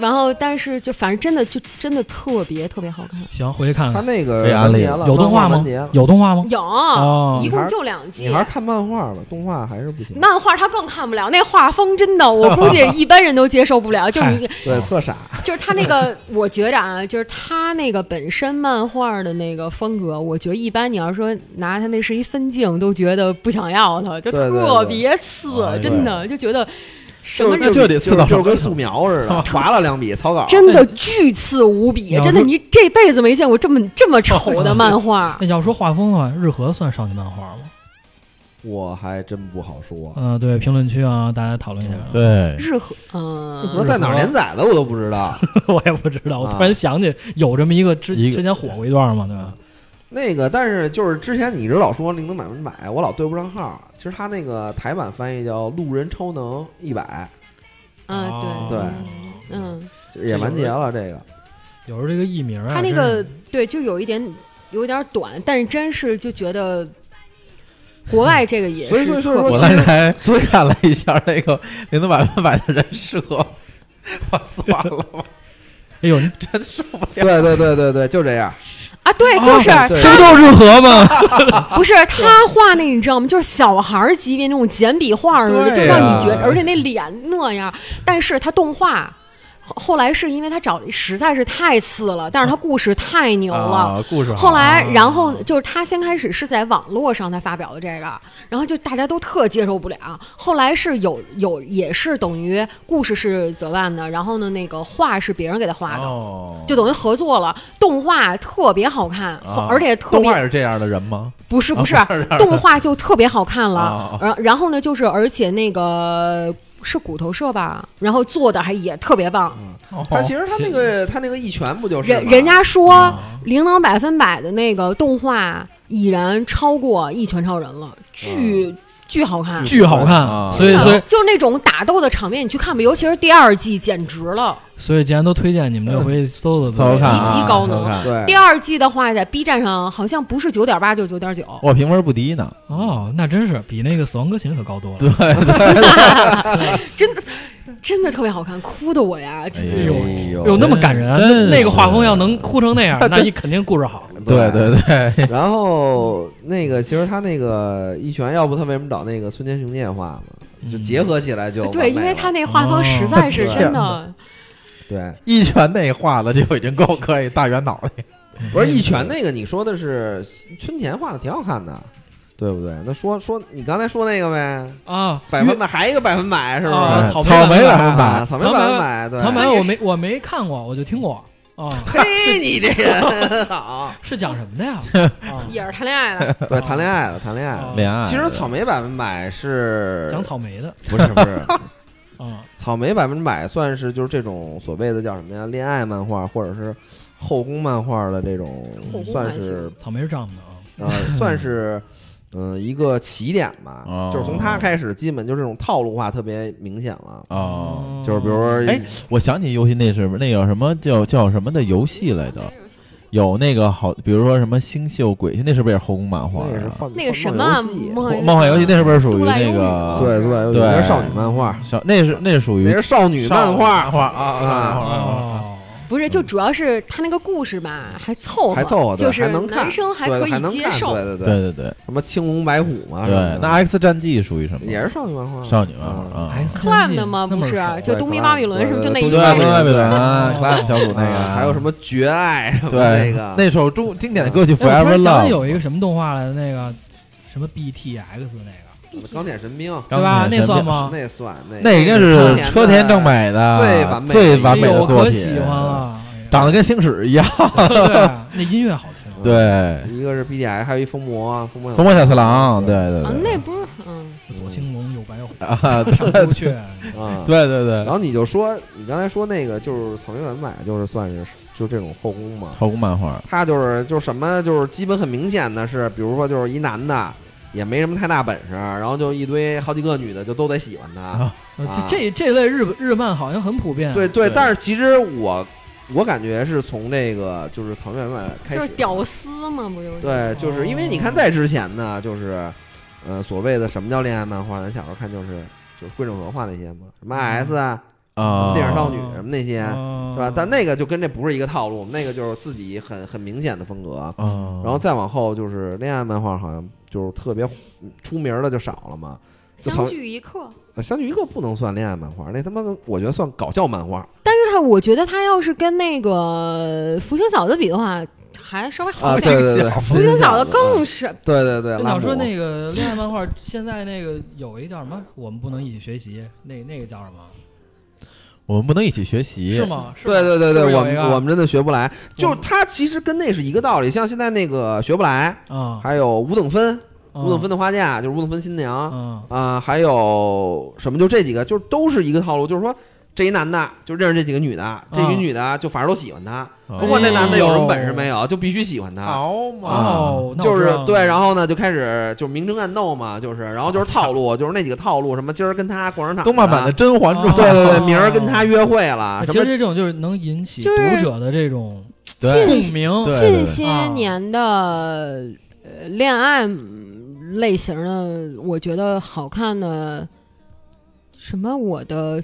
然后但是就反正真的就真的特别特别好看，行，回去看他看。那个被安完利结了了有动画漫吗完结了？有动画吗？有、哦一你还共是就两季你，还是看漫画吧，动画还是不行。漫画他更看不了，那画风真的，我估计一般人都接受不了。就是你，对，特傻。就是他那个，我觉着啊，就是他那个本身漫画的那个风格，我觉得一般。你要说拿他那是一分镜，都觉得不想要他，就对对对特别次，哎呦真的就觉得什就么是这人就得刺就到是就是跟素描似的，划了两笔草稿。真的巨次无比，哎真的你这辈子没见过这么这么丑的漫 画。那要说画风的话，日和算少女漫画吗？我还真不好说。嗯、对，评论区啊，大家讨论一下。，对，日和，嗯、我说在哪儿连载的我都不知道。 我也不知道，我啊突然想起有这么一个之一个之前火过一段嘛，对吧？那个，但是就是之前你一直老说灵能百分百，我老对不上号。其实他那个台版翻译叫《路人超能一百哦啊，对哦对，嗯，》，也完结了。这个有时候这个艺名啊，他那真个是对，就有一点有一点短，但是真是就觉得国外这个也所以所是以所以特说我刚才看了一下那个零能百分百的人设， 我算了吧，哎呦，真受不了。对对对对对，就这样。啊，对，就是啊对这他就是日和 吗？ 不是他画那，你知道吗？就是小孩儿级别那种简笔画似的，就对让呀你觉得，而且那脸那样，但是他动画。后后来是因为他找的实在是太次了，但是他故事太牛了，啊，故事好后来啊，然后就是他先开始是在网络上他发表的这个，然后就大家都特接受不了。后来是有有也是等于故事是泽万的，然后呢那个画是别人给他画的，哦，就等于合作了。动画特别好看，啊而且特动画别也是这样的人吗？啊不是不是、动画就特别好看哦了。然、然后呢就是而且那个是骨头社吧，然后做的还也特别棒。嗯哦哦他其实他那个他那个一拳不就是人吗人家说。啊灵能百分百的那个动画已然超过《一拳超人》了，巨、嗯巨好看。巨好啊看，所以真的所以就那种打斗的场面，你去看吧，尤其是第二季，简直了。所以，既然都推荐，你们就回去搜搜搜搜看极啊其高能搜看对第二季的话，在 B 站上好像不是九点八就九点九，我评分不低呢，哦，那真是比那个《死亡搁浅》可高多对了。真的真的特别好看，哭的我呀！哎呦呦有那么感人，啊真是那个画风要能哭成那样，那你肯定故事好。对对对， 然后那个，其实他那个一拳，要不他为什么找那个孙坚雄介画嘛？就嗯结合起来就完对，美因为了他那画风实在是哦真的，对，一拳那画的就已经够可以大圆脑袋。不是一拳那个，你说的是春田画的挺好看的，对不对？那说说你刚才说那个呗，啊，百分百还有一个百分百是啊不嗯是？草莓百百分分百百，啊，草莓草莓百分百，对。藏版我没我没看过，我就听过啊，嘿，你这 人好，是讲什么的呀？啊 也是谈恋爱的。对，谈恋爱了，谈恋爱了。恋爱。其实草莓百分百是哦讲草莓的不是不是 啊，草莓百分百算是就是这种所谓的叫什么呀？恋爱漫画或者是后宫漫画的这种后宫算还是行草莓是这样的 啊。呃算是。嗯，一个起点吧，哦就是从他开始，基本就这种套路化特别明显了。哦，嗯就是比如说，哎，我想起游戏那是那个什么叫叫什么的游戏来着？有那个好，比如说什么《星宿鬼泣》，那是不是也是后宫漫画那个是啊？换那个什么啊游戏梦或梦幻游戏那是不是属于那杜个兰对是对对那是少女漫画，小？那是那是属那于是少女漫画，画啊啊！哦，不是，就主要是他那个故事吧，还凑合，还凑合，对就是还能看，男生还对可以能接看受。对对对，对对什么青龙白虎嘛，什么对的，那 X 战记属于什么？啊也是少女漫画，少女漫画嗯啊。 X 战 Clan 记的吗？那不么是啊熟，就东京巴比伦什么，就那一对对，啊对对系对列。对对，哦克莱姆小组那个，啊还有什么绝爱什么对那个，那首著经典的歌曲《哎我突 Forever 然想 Love》起有一个什么动画来的那个，什么 BTX 那个钢铁神兵，对吧？钢铁神那算兵吗？那算那那应该是车田正美最的完美的最哎完美呦，的我作可品喜，欢了，哎呀长得跟星矢一样。对啊那音乐好听。嗯，对，一个是 B D I，还有一疯魔，啊疯魔小风魔小次嗯郎，对对呃啊，对那不是嗯，左青龙，右白虎，啊，上朱雀，啊，对对对，然后你就说，你刚才说那个就是草原文买，就是算是就这种后宫嘛。后宫漫画，他就是就是什么就是基本很明显的是，比如说就是一男的也没什么太大本事，然后就一堆好几个女的就都得喜欢他。呃这这这类日日漫好像很普遍。对对，对但是其实我我感觉是从这个就是草原文买开就是始，屌丝嘛，不就是？对，就是因为你看在之前呢，就是呃所谓的什么叫恋爱漫画，咱小时候看就是就是贵正和画那些嘛，什么 S 啊、啊，电影少女什么那些。嗯是吧？但那个就跟这不是一个套路，那个就是自己很很明显的风格。啊，然后再往后就是恋爱漫画，好像就是特别出名的就少了嘛。就相从聚一刻。呃相聚一刻不能算恋爱漫画，那他妈的我觉得算搞笑漫画但是他，我觉得他要是跟那个福星小子比的话，还稍微好啊！一对点。 对对，福星小子更啊是对对对。你拉啊要姆说那个恋爱漫画，现在那个有一叫什么？我们不能一起学习，那那个叫什么？我们不能一起学习，是？吗？是对对对是不对，是有我一们个嗯我们真的学不来，就我是它其实跟那是一个道理。像现在那个学不来，啊，还有五等分，五等分的的花嫁就是五等分新娘，啊啊、还有什么？就这几个，就都是一个套路，就是说这一男的就认识这几个女的，这几个嗯女的就反正都喜欢他，不不管这男的有什么本事哎没有，就必须喜欢他。好啊哦，啊那我就知是道了对，然后呢，就开始就明争暗斗嘛，就是，然后就是套路，就是那几个套路，什么今儿跟他逛商场，，动漫版的《甄嬛传》，啊对对对，明儿跟他约会了，什那其实么这种就是能引起就读是者的这种对共近鸣。对近啊些年的呃恋爱嗯类型的，我觉得好看的什么我的。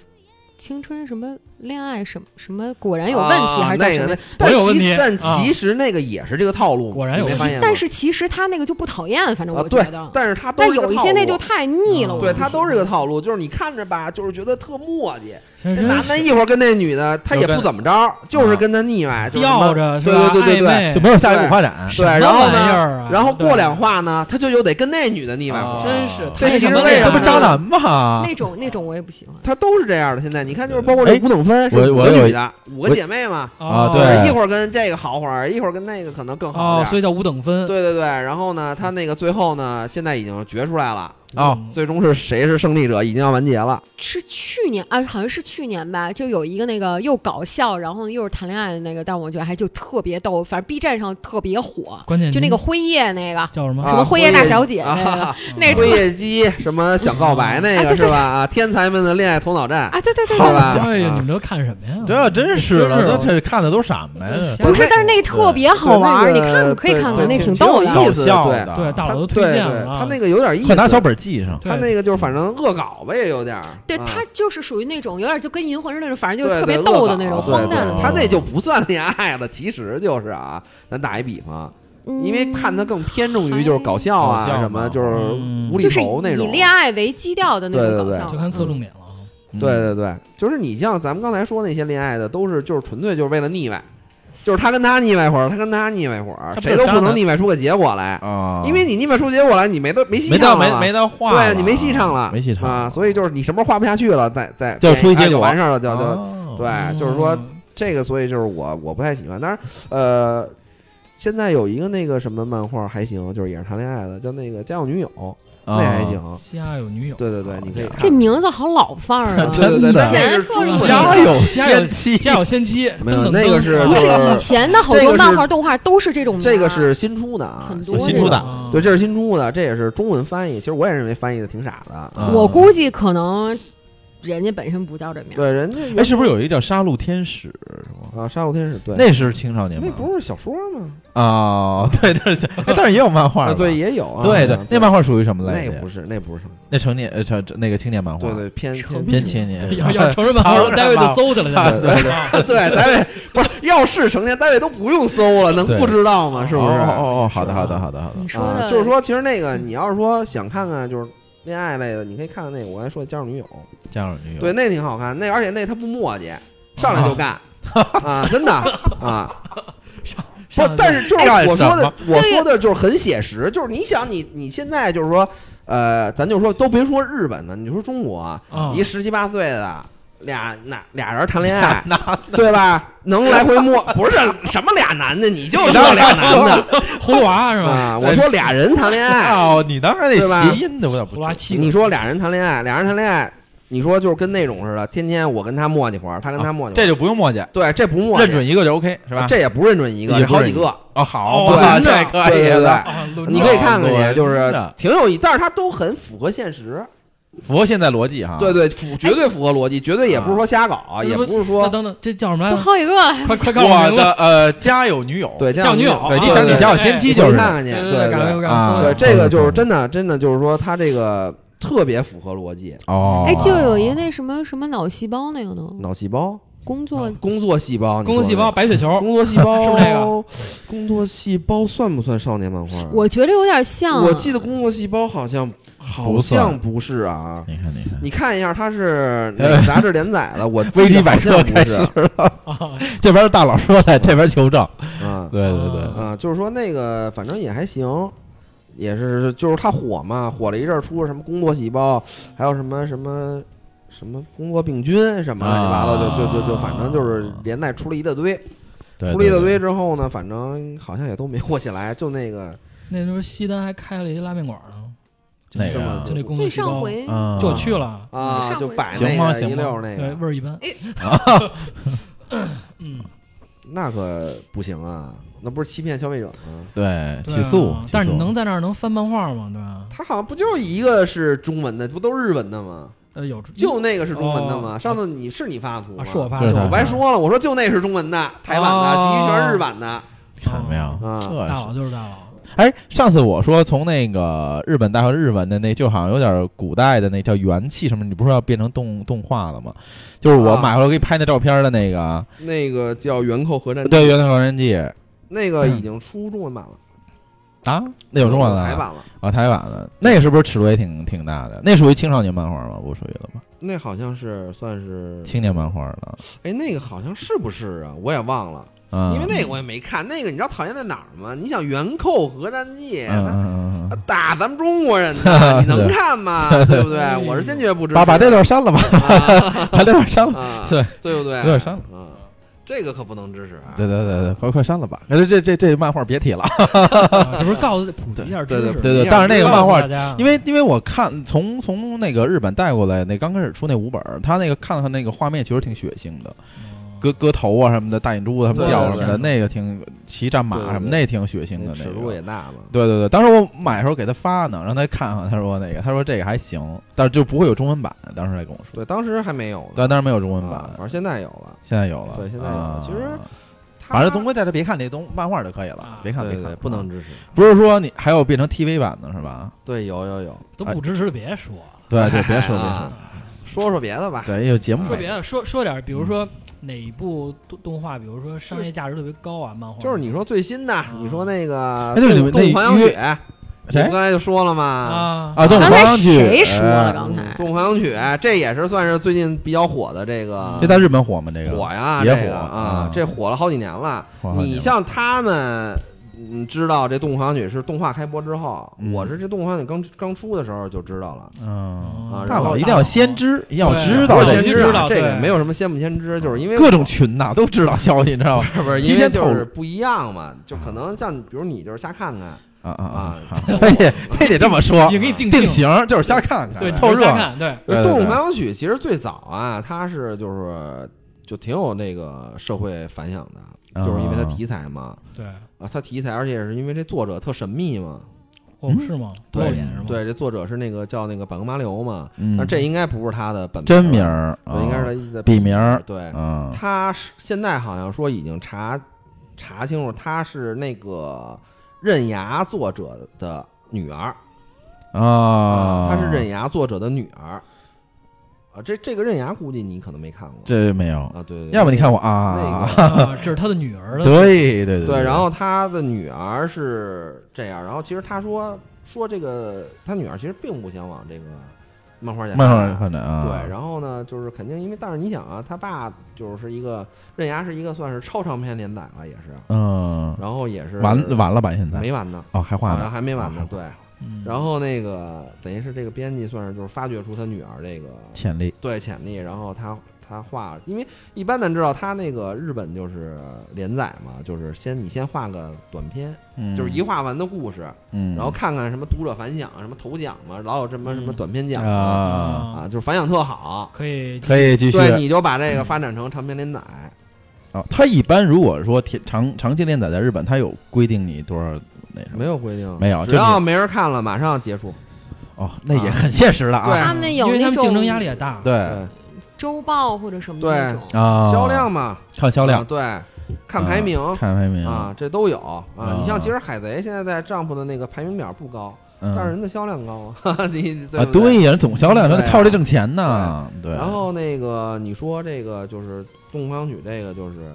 青春什么恋爱什么什么果然有问题、啊还是叫那什个么？那，但我有其问题但啊其实那个也是这个套路嘛，果然有你没问发题现但吗是其实他那个就不讨厌，反正啊我觉对得。但是他都但是个有一套些那路就太腻了，嗯我对不啊他喜欢都是个套路，就是你看着吧，就是觉得特墨迹，真这是男的一会儿跟那女的，他也不怎么着，就是跟他腻歪，就是什么啊吊着是啊对吧？对对对暧昧就没有下一步发展。对，什么然后玩意儿呢啊，然后过对两话呢，他就又得跟那女的腻歪啊会儿，真是这太其什实么为了什啊这么不渣男吗？那种那种我也不喜欢。他都是这样的。现在你看，就是包括这哎五等分是我五我个有女一的，五个我姐妹嘛，啊哦对一会儿跟这个好会儿，一会儿跟那个可能更好哦，点儿。所以叫五等分。对对对，然后呢，他那个最后呢，现在已经决出来了，哦嗯最终是谁是胜利者，已经要完结了。是去年啊，好像是去年吧，就有一个那个又搞笑，然后又是谈恋爱的那个，但我觉得还就特别逗，反正 B 站上特别火，关键就那您个辉夜那个，叫什么？什么啊辉辉夜大夜小姐那个啊，那辉特夜姬什么想告白那啊个对是对吧？啊，天才们的恋爱头脑战。啊，对对对好对吧对，哎呀，啊你们都看什么呀？这真是嗯真是了，啊嗯那这看的都什么呀？不是，但是那个特别好玩儿，对你那个看可以看对看，那对挺挺逗有的意。搞思笑对的，对，他大佬都推对对，荐了啊。他那个有点意思，快拿小本记上。他对那个就是反正恶搞呗，也有点儿。对啊他就是属于那种有点就跟银魂似的那种，反正对就特别对逗的恶搞那种对荒诞的对那他种。那就不算恋爱了，其实就是啊，咱打一比方，因为看他嗯更偏重于就是搞笑啊搞笑嘛什么，就是嗯无厘就是头那以种。恋爱为基调的那对对种搞对笑就。看侧重点了啊。嗯对对对，就是你像咱们刚才说那些恋爱的，都是就是纯粹就是为了腻歪，就是他跟他腻歪一会儿，他跟他腻歪一会儿，他不谁是都渣不能男腻歪出个结果来，啊，因为你腻歪出结果来，你没得没戏没到唱了没嘛没到话了，对你没戏唱了，没戏唱哦啊，所以就是你什么时候画不下去了，再再就出一哎结就果完事儿了，就就哦对，哎就是说嗯这个，所以就是我我不太喜欢。当然，呃，现在有一个那个什么漫画还行，就是也是谈恋爱的，叫那个《家有女友》，那还行。啊西亚有女友，对对对，你可以看这名字好老范儿啊！对真对对，的那是前中特文意家加的。有仙妻，家有仙妻，没有噔噔噔那个是啊不是就是以前的好呃这多个漫是画动画都是这种名儿，啊这个是新出的啊，很新多新这出种的啊对，这是新出的，这也是中文翻译。其实我也认为翻译的挺傻的啊。嗯我估计可能人家本身不叫这名儿，对，人家哎，原是不是有一个叫《杀戮天使》是吗？啊，杀戮天使对，那是青少年那漫不是小说吗？哦， 对对对，哎但是也有漫画啊，吧，对，也有啊。对对啊，那漫画属于什么类那的呀不？是，那不是什么，那成年呃成那个青年漫画，对对，偏偏成偏青年 要要 成人版，啊成人版单位就搜去了，现在对对，单位不是要是成年单位都不用搜了，能对不知道吗？是不是？哦哦哦，好的是吧好的好的好的你，说啊，的就是说，其实那个你要是说想看看就是恋爱类的，你可以看看那个我刚才说的《家有女友家有哦女》，友，对，那挺好看，那而且那他不墨迹，上来就干。啊，真的啊，不上是来，就但是就是干我说什的么，我说的就是很写实，就是你想你你现在就是说，呃，咱就说都别说日本的，你说中国啊，嗯啊一十七八岁的俩那俩人 谈恋爱，对吧？能来回摸，不是什么俩男的，你就知道俩男 的葫芦娃是吧？啊！我说俩人谈恋爱，哦，你当然得对吧谐音的，我咋不葫芦娃知七个你说俩人谈恋爱，俩人谈恋爱，你说就是跟那种似的，天天我跟他磨叽会儿，他跟他磨叽会儿，啊这就不用墨迹，对，这不磨叽认准一个就 OK 是吧？这也不认准一个，也这不好认几个，哦，好 对吧，真的这可以对对对了。啊，轮你着可以看看哦去，就是真的挺有意，但是它都很符合现实，符合现在逻辑哈。对，对，符绝对符合逻辑，绝对也不是说瞎搞，啊也不是那说等等，这叫什么来不着？好几个了，快快告诉我我名字的呃，家有女友，对这叫样女友，对啊你想你家有先妻你就是去看看去，对对赶快对赶啊快对，搜搜这个就是真的，真的就是说它这个特别符合逻辑，哦，哎，就有一那什么什么脑细胞那个呢，脑细胞、工作工作细胞、你工作说细的胞、白 血球，工作细胞是不是这个？工作细胞算不算少年漫画啊？我觉得有点像。我记得工作细胞好像 好不算哎像不是啊。你看你看，你看一下，它是哪个杂志连载的？我危记机得百好科像开不始是，了，啊这边大佬说的，这边求证。嗯对对对，啊啊，就是说那个反正也还行，也是就是它火嘛，火了一阵儿，出了什么工作细胞，还有什么什么什么工作病菌什么啊乱七八糟，就就就就反正就是连带出了一大堆，对出了一大对对堆之后呢，反正好像也都没 火起来，就那个那时候西单还开了一拉面馆呢，就哪那个是吗啊就那工那作细上胞，回嗯，就我去了，啊，就摆行吗那个行一吗溜儿那对，个，味儿一般。嗯，那可不行啊，那不是欺骗消费者吗？对对起诉啊，起但是你诉能在那儿能翻漫画吗？对吧？它好像不就一个是中文的，不都是日文的吗？呃，有就那个是中文的吗？哦上次你是你发的图吗？啊，是我发就是的，他我白说了，我说就那是中文的，台版的，哦其余全是日版的。看没有？啊这大是佬就是大佬，哎，上次我说从那个日本带回日文的那，就好像有点古代的那叫元气什么，你不是说要变成动动画了吗？就是我啊呃买回来给你拍那照片的那个，那个叫《元寇核战记》，对《元气少年记》那个已经出中文版了，啊，那有中文的台啊，版了。啊台版的，那是不是尺度也挺挺大的？那属于青少年漫画吗？不属于了吧？那好像是算是，青年漫画了，哎，那个好像是不是啊？我也忘了，嗯，因为那个我也没看。那个你知道讨厌在哪儿吗？你想《元寇核战记》嗯它，嗯嗯它嗯，打咱们中国人 呢，你能对看吗？对不对哎？我是坚决不支持。把把这段删了吧，啊 把这段删了。啊对对不对？有点伤了嗯，这个可不能支持啊。对对对对，快快删了吧！哎这这这这漫画别提了，啊这不是告诉普及一下知识吗，对对一样但是那个漫画告诉大啊家因为因为我看从从那个日本带过来，那刚开始出那五本儿，他那个看了看那个画面，确实挺血腥哦的，嗯割割头啊什么的，大眼珠子什么对掉什么对的，对那个挺骑战马对对对什么，那挺血腥那的尺那度也个。大嘛。对对对，当时我买的时候给他发呢，让他看啊看，他说那个，他说这个还行，但是就不会有中文版，当时还跟我说，对，当时还没有呢，但当然没有中文啊版反，正现在有了。现在有了，对现在有啊了其实它反正总归带着别看那东漫画就可以了啊，别看对别对看，不能支持。不是说你还有变成 TV 版的是 吧？对，有有有，都不支持，别说了。对对，别说别 啊说，说说别的吧。对，有节目说别的，说说点儿，比如说哪一部动动画，比如说商业价值特别高啊，漫画就是你说最新的，你说那个哎对你《们动那物狂想约曲》，我谁刚才就说了嘛。啊啊？动物刚狂才想曲谁说了？哎刚嗯才《动物狂想曲》这也是算是最近比较火的这个这在日本火吗？这个火呀，嗯也这个火啊嗯，这火了好几年了。火好几年你了像他们，嗯，知道这《动物狂想曲》是动画开播之后嗯，我是这《动物狂想曲》刚刚出的时候就知道了。嗯，啊大然佬后一定要先，知，要知道我这先先些知事道儿啊这个对没有什么先不先知，就是因为各种群呐都知道消息，你知道吗？ 是不是？提因为前透就是露不一样嘛，就可能像比如你就是瞎看看，啊啊啊！啊非得 非得这么说也，给你定定型哎儿就是瞎看看，对，凑热瞎闹。看，对，对对《动物对狂想曲》其实最早啊，它是就是就挺有那个社会反响的，就是因为它题材嘛对，啊，它题材，而且是因为这作者特神秘嘛，嗯哦，是吗？不对露脸是吗？对，这作者是那个叫那个板宫麻流嘛，嗯但这应该不是他的本真名名儿，儿，哦啊对，应该是他的笔名儿对，啊，他是现在好像说已经查查清楚，他是那个刃牙作者的女儿嗯啊，她是刃牙作者的女儿啊。这这个刃牙估计你可能没看过，这没有，啊，对对，对要不你看我那啊， 啊，这是他的女儿的，对对对，然后他的女儿是这样，然后其实他说说这个他女儿其实并不想往这个漫画家漫发画展发展啊，对，然后呢，就是肯定因为，但是你想啊，他爸就是一个刃牙是一个算是超长篇连载了，也是，嗯，然后也是完完了吧？现在没完呢，哦，还画好像呢，还没完呢啊，对，嗯然后那个等于是这个编辑算是就是发掘出他女儿这个潜力，对潜力，然后他他画，因为一般咱知道他那个日本就是连载嘛，就是先你先画个短篇，嗯就是一，画完的故事，嗯，然后看看什么读者反响啊，什么头奖嘛，老有什么什么嗯短篇奖啊，啊，啊，就是反响特好，可以可以继续。对，你就把这个发展成长篇连载，啊，他一般如果说贴长长期连载在日本，他有规定你多少那什么？没有规定，没有就只是要没人看了，马上结束，哦，那也很现实了啊。对他们有因为他那们种竞争压力嗯也大，对对，周报或者什么的对那种，啊，销量嘛，看销啊量，对，看排名。啊看排名啊，，这都有啊！你啊像其实海贼现在在帐篷的那个排名表不高，嗯但是人的销量高啊，哈哈， 你对啊，不对对呀，总销量对他啊靠这挣钱呢。对，然后那个你说这个就是《东方曲》，这个就是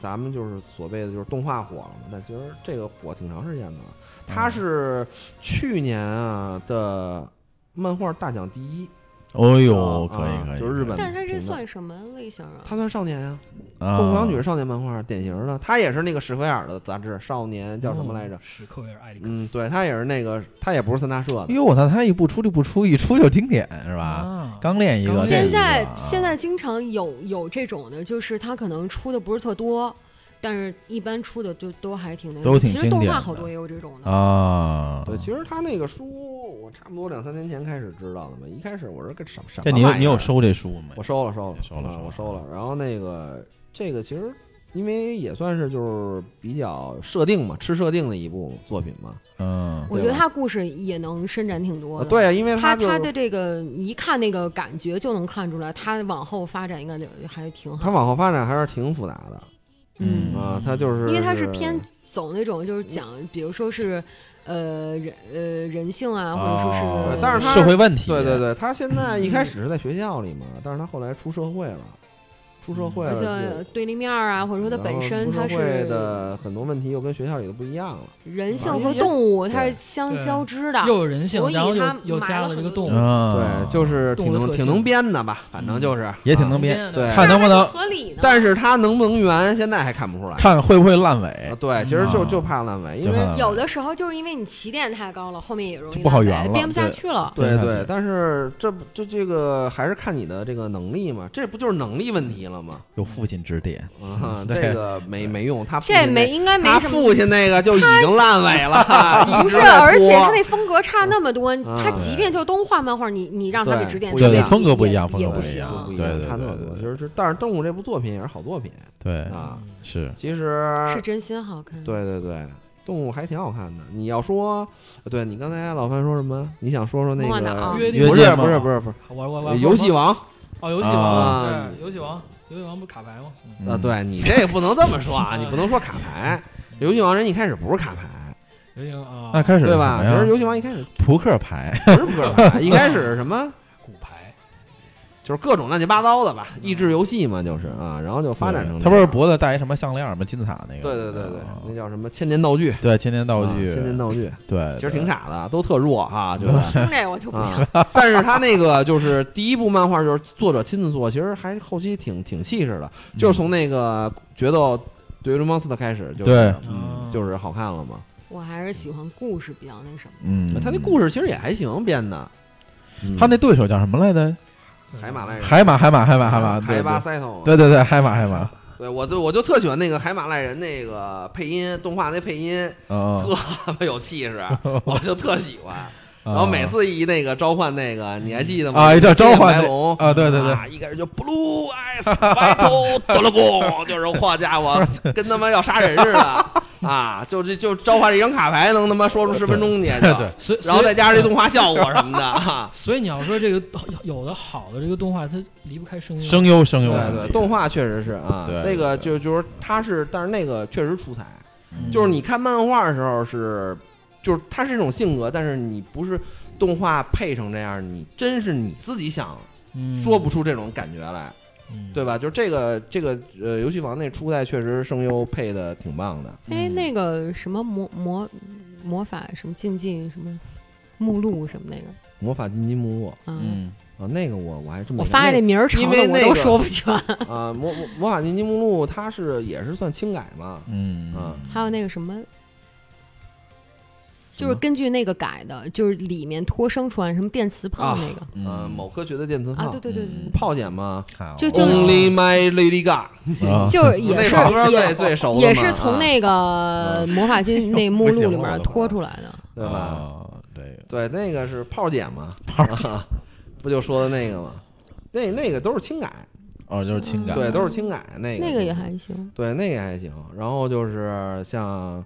咱们就是所谓的就是动画火了嘛，但其实这个火挺长时间的了。嗯它是去年啊的漫画大奖第一，哦呦，啊可以可以，就是日本但他这评论算什么类型啊？它算少年啊，《东东方曲》是少年漫画，典型的，它也是那个史奎尔的杂志，少年叫什么来着哦？史克威尔艾利克嗯，斯，对，它也是那个，它也不是三大社哎的，哎哟，我操，他一不出就不出，一出就经典是吧？啊，刚练一个，练刚现一个在啊现在经常有有这种的，就是他可能出的不是特多，但是一般出的就都还挺那都个。挺其实经动典画的好多也有这种的，啊，对，其实他那个书，我差不多两三年前开始知道的嘛。一开始我是个什么什这么哎你有玩意你儿有啊收这书没我？收了，收了，收了啊收了嗯我收了。然后那个这个其实因为也算是就是比较设定嘛，吃设定的一部作品嘛。嗯，我觉得他故事也能伸展挺多啊的。对啊，因为他就他的这个一看那个感觉就能看出来，他往后发展应该得还挺好。他往后发展还是挺复杂的嗯啊。他就是因为他是偏走那种就是讲，比如说是呃人呃人性啊，或者说哦是呃对但是他社会问题，对对对，他现在一开始是在学校里嘛，但是他后来出社会了，出社会而了就。且对立面啊，或者说他然本后身出社他会是的很多问题又跟学校里的不一样了，人性啊和因为动物它对是相对交织的，又有人性啊所，以然后他又又埋加了了一个很动多物，啊，对，就是动挺物能特挺性能编的吧，反嗯正就是也挺啊能编，编对它看能不还能合理呢？但是它能不能圆，现在还看不出来。看会不会烂尾啊，，对，其实就嗯就怕烂尾，因就怕为烂尾有的时候就是因为你起点太高了，后面也容易就不好烂尾哎圆了编不下对去了。对对对对对，但是这不这这个还是看你的这个能力嘛，这不就是能力问题 了吗？有父亲指点，啊，对这个没没用，他父亲这那没应该没他什么，父亲那个就已经烂尾了， 不一直是，在而且拖他那风格差那么嗯多，啊他即便就东画漫画，你你让他给对指点，不他一也样风格不也一样风也格不不一行样不一对对样，差特对多。对就是这，但是动物这部作品也是好作品对，啊，嗯是其实是真心好看。对对对，动物还挺好看的。你要说，呃对你刚才老范说什么？你想说说那梦幻岛个啊约定不界是吗不是不是不是我我我呃游戏王哦，游戏啊王，对，游戏王，游戏王不是卡牌吗？嗯啊？嗯对你这个不能这么说啊，你不能说卡牌。游戏王人一开始不是卡牌，游戏王啊，那开始对是吧？什么呀其实游戏王一开始扑克牌，不是扑克牌，一开始是什么？骨牌，就是各种乱七八糟的吧，益智游戏嘛，就是啊，然后就发展嗯成他不这是样脖子戴一什么项链吗？金字塔那个，对对对对啊，那叫什么千年道具？对，千年道具，啊千年道具，对，其对实挺傻的，都特弱啊 哈，觉得。听这我就不想。啊。 但是他那个就是第一部漫画，就是作者亲自做，其实还后期挺挺细致的，嗯就是从那个决斗对于 monster 开始，就是对嗯啊就是好看了嘛。我还是喜欢故事比较那什么。嗯，他那故事其实也还行编的，嗯他那对手叫什么来着？海马赖人，啊海马，海马，海马，海马，海对巴塞头，对对对，海马，海 马，对，我就我就特喜欢那个海马赖人那个配音，动画那配音嗯，特他妈有气势，啊 我就特喜欢。然后每哦次一那个召唤那个，你还记得吗？啊，叫召唤白那龙啊，对对对，啊，一开始就 blue eyes white 哆啦嘣，就是好 家伙，跟他妈要杀人似的啊！就这就召唤这张卡牌，能他妈说出十分钟去，对对所以然后再再加上这动画效果什么 的，啊所以你要说这个有的好的这个动画，它离不开声音，声优，声对优，对，动画确实是啊，对那个对就就是它是，但是那个确实出彩，嗯就是你看漫画的时候是，就是它是一种性格，但是你不是动画配成这样，你真是你自己想嗯说不出这种感觉来。嗯对吧？就是这个这个呃，游戏王那初代确实声优配的挺棒的。哎，嗯那个什么魔魔魔法什么竞技什么目录什么那个，魔法金鸡木落嗯，嗯，啊，那个我我还真没我看发现这那名儿长因的为我那都个说不全。个啊，魔魔魔法金鸡目录它是也是算轻改嘛，嗯啊还有那个什么就是根据那个改的，就是里面脱生出来什么电磁炮那个嗯呃，某科学的电磁啊，炮对，对对对炮姐嘛好就就，Only My Lady Gaga，啊对，就是也嗯那是首歌最也最熟的嘛也是从啊那个魔 法金那目录里不行了我面都拖出来的。对吧？啊这个对，那个是炮姐嘛，炮姐不就说的那个吗？那那个都是轻改，哦，就是情嗯感，对，都是轻改那个那个也还行，对，那个还行。然后就是像，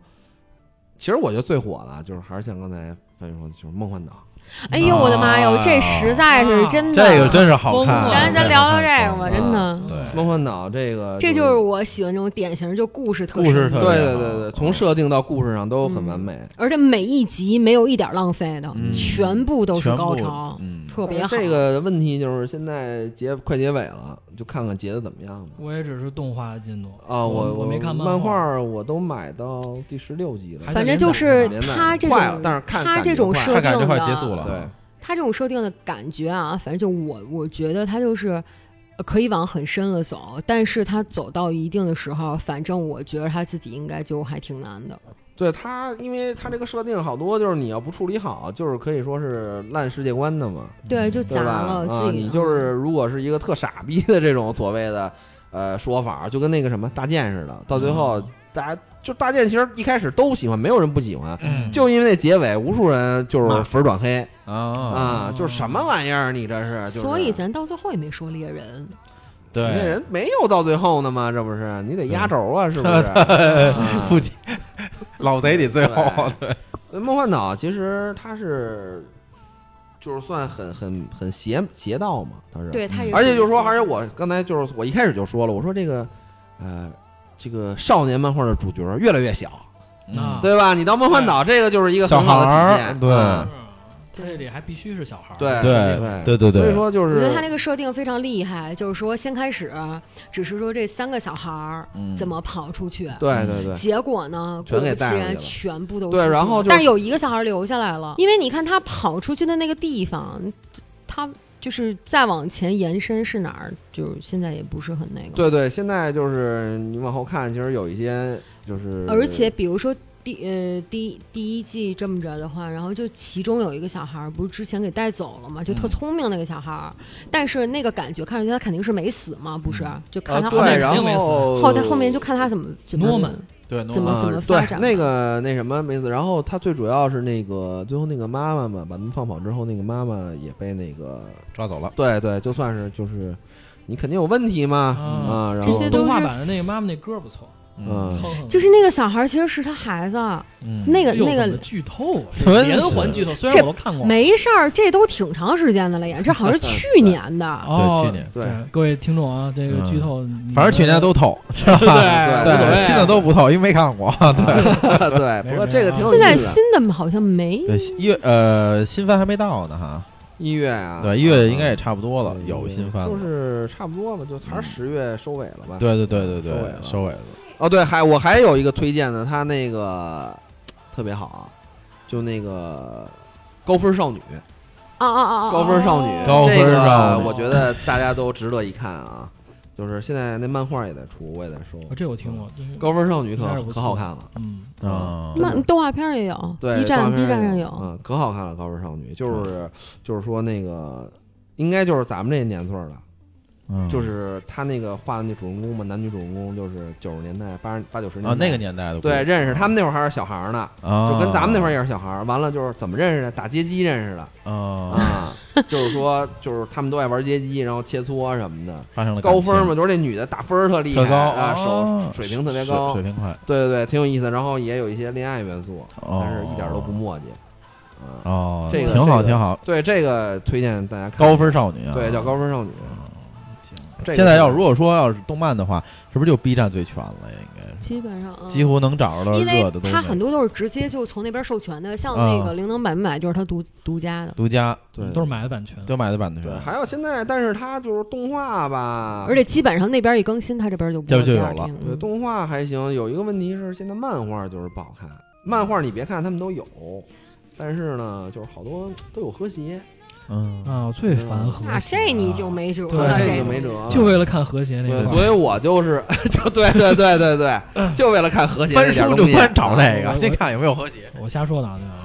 其实我觉得最火的，就是还是像刚才范云说的，就是《梦幻岛哎呦我的妈哟，啊这实在是真的。这个真是好看。疯了咱咱聊聊这个吧，吧，疯真了的。对，》。 《梦幻岛》这个、这就就是我喜欢这种典型，就嗯故事特故事深特对别对对好对，从设定到故事上都很完美。而且每一集没有一点浪费的，嗯全部都是全高部潮，嗯，特别但好。是这个问题就是现在结快结尾了，就看看结的怎么样了。我也只是动画的进度啊，我我没看漫画儿，画，我都买到第十六集了还。反正就是连载的他这快了种，但是看他感这觉种快设看定感觉的，快结束了，对，他这种设定的感觉啊，反正就我我觉得他就是。呃可以往很深了走，但是他走到一定的时候，反正我觉得他自己应该就还挺难的。对它，因为它这个设定好多就是你要不处理好，就是可以说是烂世界观的嘛，对，就对砸吧？了嗯自己。啊，你就是如果是一个特傻逼的这种所谓的呃说法，就跟那个什么大剑似的，到最后、嗯大家就大剑其实一开始都喜欢，没有人不喜欢，嗯就因为那结尾，无数人就是粉转黑嗯啊，啊，就是什么玩意儿？你这是？啊就是、所以咱到最后也没说猎人，对，那人没有到最后呢吗？这不是你得压轴啊，是不是？啊不仅老贼得最后，对，呃梦幻岛其实它是，就是算很很很邪邪道嘛，它是。。对他也而且就是说，而还且是我刚才就是我一开始就说了，我说这个，呃，这个少年漫画的主角越来越小，那啊对吧？你到梦幻岛这个就是一个啊小很好的孩儿体现，对啊他这里还必须是小孩儿，对对对对对，所以说就我觉得他是这个设定非常厉害，就是说先开始只是说这三个小孩儿嗯怎么跑出去，对对对，结果呢，全果给不带其上去然了全部都对出去然后了就但是有一个小孩留下来了，因为你看他跑出去的那个地方，他就是再往前延伸是哪儿，就是现在也不是很那个。，对对，现在就是你往后看，其实有一些就是，而且比如说。第呃第第一季这么着的话，然后就其中有一个小孩儿不是之前给带走了嘛，就嗯特聪明那个小孩儿，但是那个感觉看上去他肯定是没死嘛，不是？就啊看嗯他后对，面然没死后后他后面就看他怎么怎么诺曼对诺怎么啊怎么对发展那个那什么没死，然后他最主要是那个最后那个妈妈嘛，把他们放跑之后，那个妈妈也被那个抓走了，对对，就算是就是你肯定有问题嘛啊啊，然这后些都动画是版的那个妈妈那歌儿不错，嗯哼哼就是那个小孩儿其实是他孩子，啊嗯那个哎呦那个怎么剧透啊，真这是连环剧透，虽然我都看过，没事儿，这都挺长时间的了呀，这好像是去年的。哦对去年， 对，各位听众啊，这个嗯剧透，反正去年嗯都透，是吧？对无所谓对，啊新的都不透，因为没看嗯过。啊对，不过这个挺有 现在意思的。新的好像没，对，一月呃新番还没到呢哈，一月啊，对，一月应该也差不多了啊，有新番就了。嗯是差不多吧，就还是十月收尾了吧。对对对对收尾对，了收尾了。哦，对，还我还有一个推荐的，他那个特别好啊，就那个高分少女，啊啊啊啊！高分少女，高分这少个女我觉得大家都值得一看啊。就是现在那漫画也在出，我也在收。哦这我听过，就是高分少女可应该是不可错好看了，嗯，啊，那动画片儿也有对，B 站动画片 B 站上有，有。嗯，可好看了，高分少女就是嗯就是说那个。应该就是咱们这年岁儿的，嗯就是他那个画的那主人公嘛，男女主人公就是九十年代八十八九十年代啊那个年代的故事对，认识他们那会儿还是小孩儿呢，啊，就跟咱们那会儿也是小孩儿。完了就是怎么认识的？打街机认识的啊啊，就是说就是他们都爱玩街机，然后切磋什么的。发生了感高情分嘛，，就是这女的打分儿特厉害特高啊，哦手水平特别高水，平快对对对，挺有意思。然后也有一些恋爱元素，哦但是一点都不墨迹。啊，哦，这个挺好这个挺好，对这个推荐大家看。高分少女啊，哦对叫高分少女。这个现在要是如果说要是动漫的话，是不是就 B 站最全了？呀？应该是基本上啊，几乎能找着的因为热的都它没很多都是直接就从那边授权的，像那啊个《灵能买不买》就是它独独家的，独家对都是买的版权，都买的版权对，，还有现在，但是它就是动画吧，而且基本上那边一更新，它这边就播这就第有二了天嗯对，动画还行，有一个问题是现在漫画就是不好看。漫画你别看他们都有，但是呢，就是好多都有和谐，嗯啊，我最烦和谐那了，啊这你就没辙对了，这个个就没辙了。就为了看和谐啊那啊嗯对，个，所以我就是 就对对对对对，就为了看和谐翻这点书东就西。啊翻找这我个，我先看有没有和谐。我瞎说的啊，对吧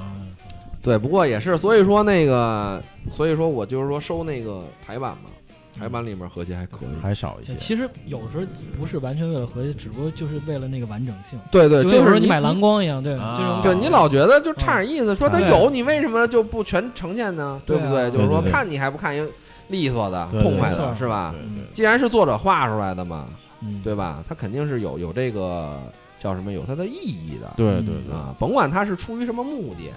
对，不过也是，所以说那个，所以说我就是说收那个台版嘛，台版里面和谐还可以。还少一些。其实有时候不是完全为了和谐，只不过就是为了那个完整性。对对，有就时候是你买蓝光一样，对，啊这种对啊你老觉得就差点意思，说它对有，你为什么就不全呈现呢？对不对对？啊就是说对对对看你还不看一利索的、对对痛快没的，错是吧？对对既然是作者画出来的嘛，嗯，对吧？它肯定是有有这个叫什么，有它的意义的。对对对，啊，甭管它是出于什么目的，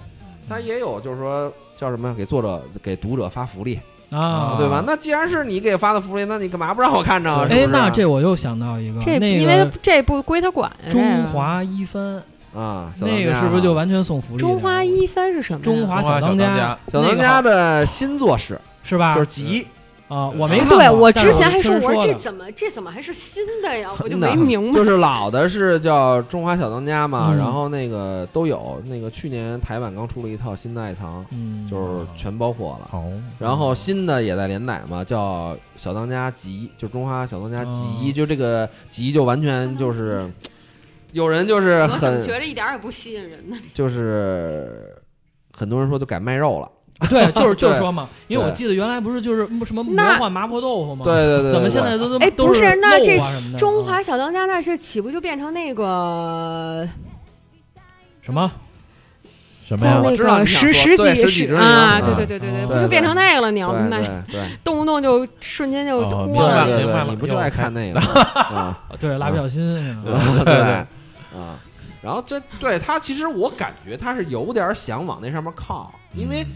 它也有就是说叫什么，给作者给读者发福利，啊，对吧？？那既然是你给发的福利，那你干嘛不让我看着啊？是不哎是，那这我又想到一个，这那因为个它这不归他管呀。这个中华一番，啊，小当那个家是不是就啊完全送福利的？啊中华一番是什么呀？中华中华小当家家小当家的新作是是吧？就是集，啊，对我没看过对我之前但还是说，我我听说说这的怎么这怎么还是新的呀？我就真的没明白。就是老的是叫《中华小当家》嘛，嗯然后那个都有，那个去年台版刚出了一套新的爱藏，嗯， 就是全包括了。好，然后新的也在连载嘛，叫《小当家集》，就《中华小当家集》，哦就这个集就完全就是，有人就是我怎么很觉得一点儿也不吸引人呢？就是很多人说就改卖肉了，对，就是就对是说嘛，因为我对记得原来不是就是什么魔那幻麻婆豆腐吗？对，对对，哦怎么对现在都都哎，都不是那这肉啊什么的中啊华小当家那这岂不就变成那个什么？什么叫呀我？那知道个你想十说十对几十几只十牛啊？嗯对对对对对，嗯不就变成那个了？你要明白，对对对动不动就瞬间就哦豁明白了了。对明白对，了你不又就爱看那个吗啊？哦对，蜡笔小新是 吧 对啊。然后这对他，其实我感觉他是有点想往那上面靠，因为嗯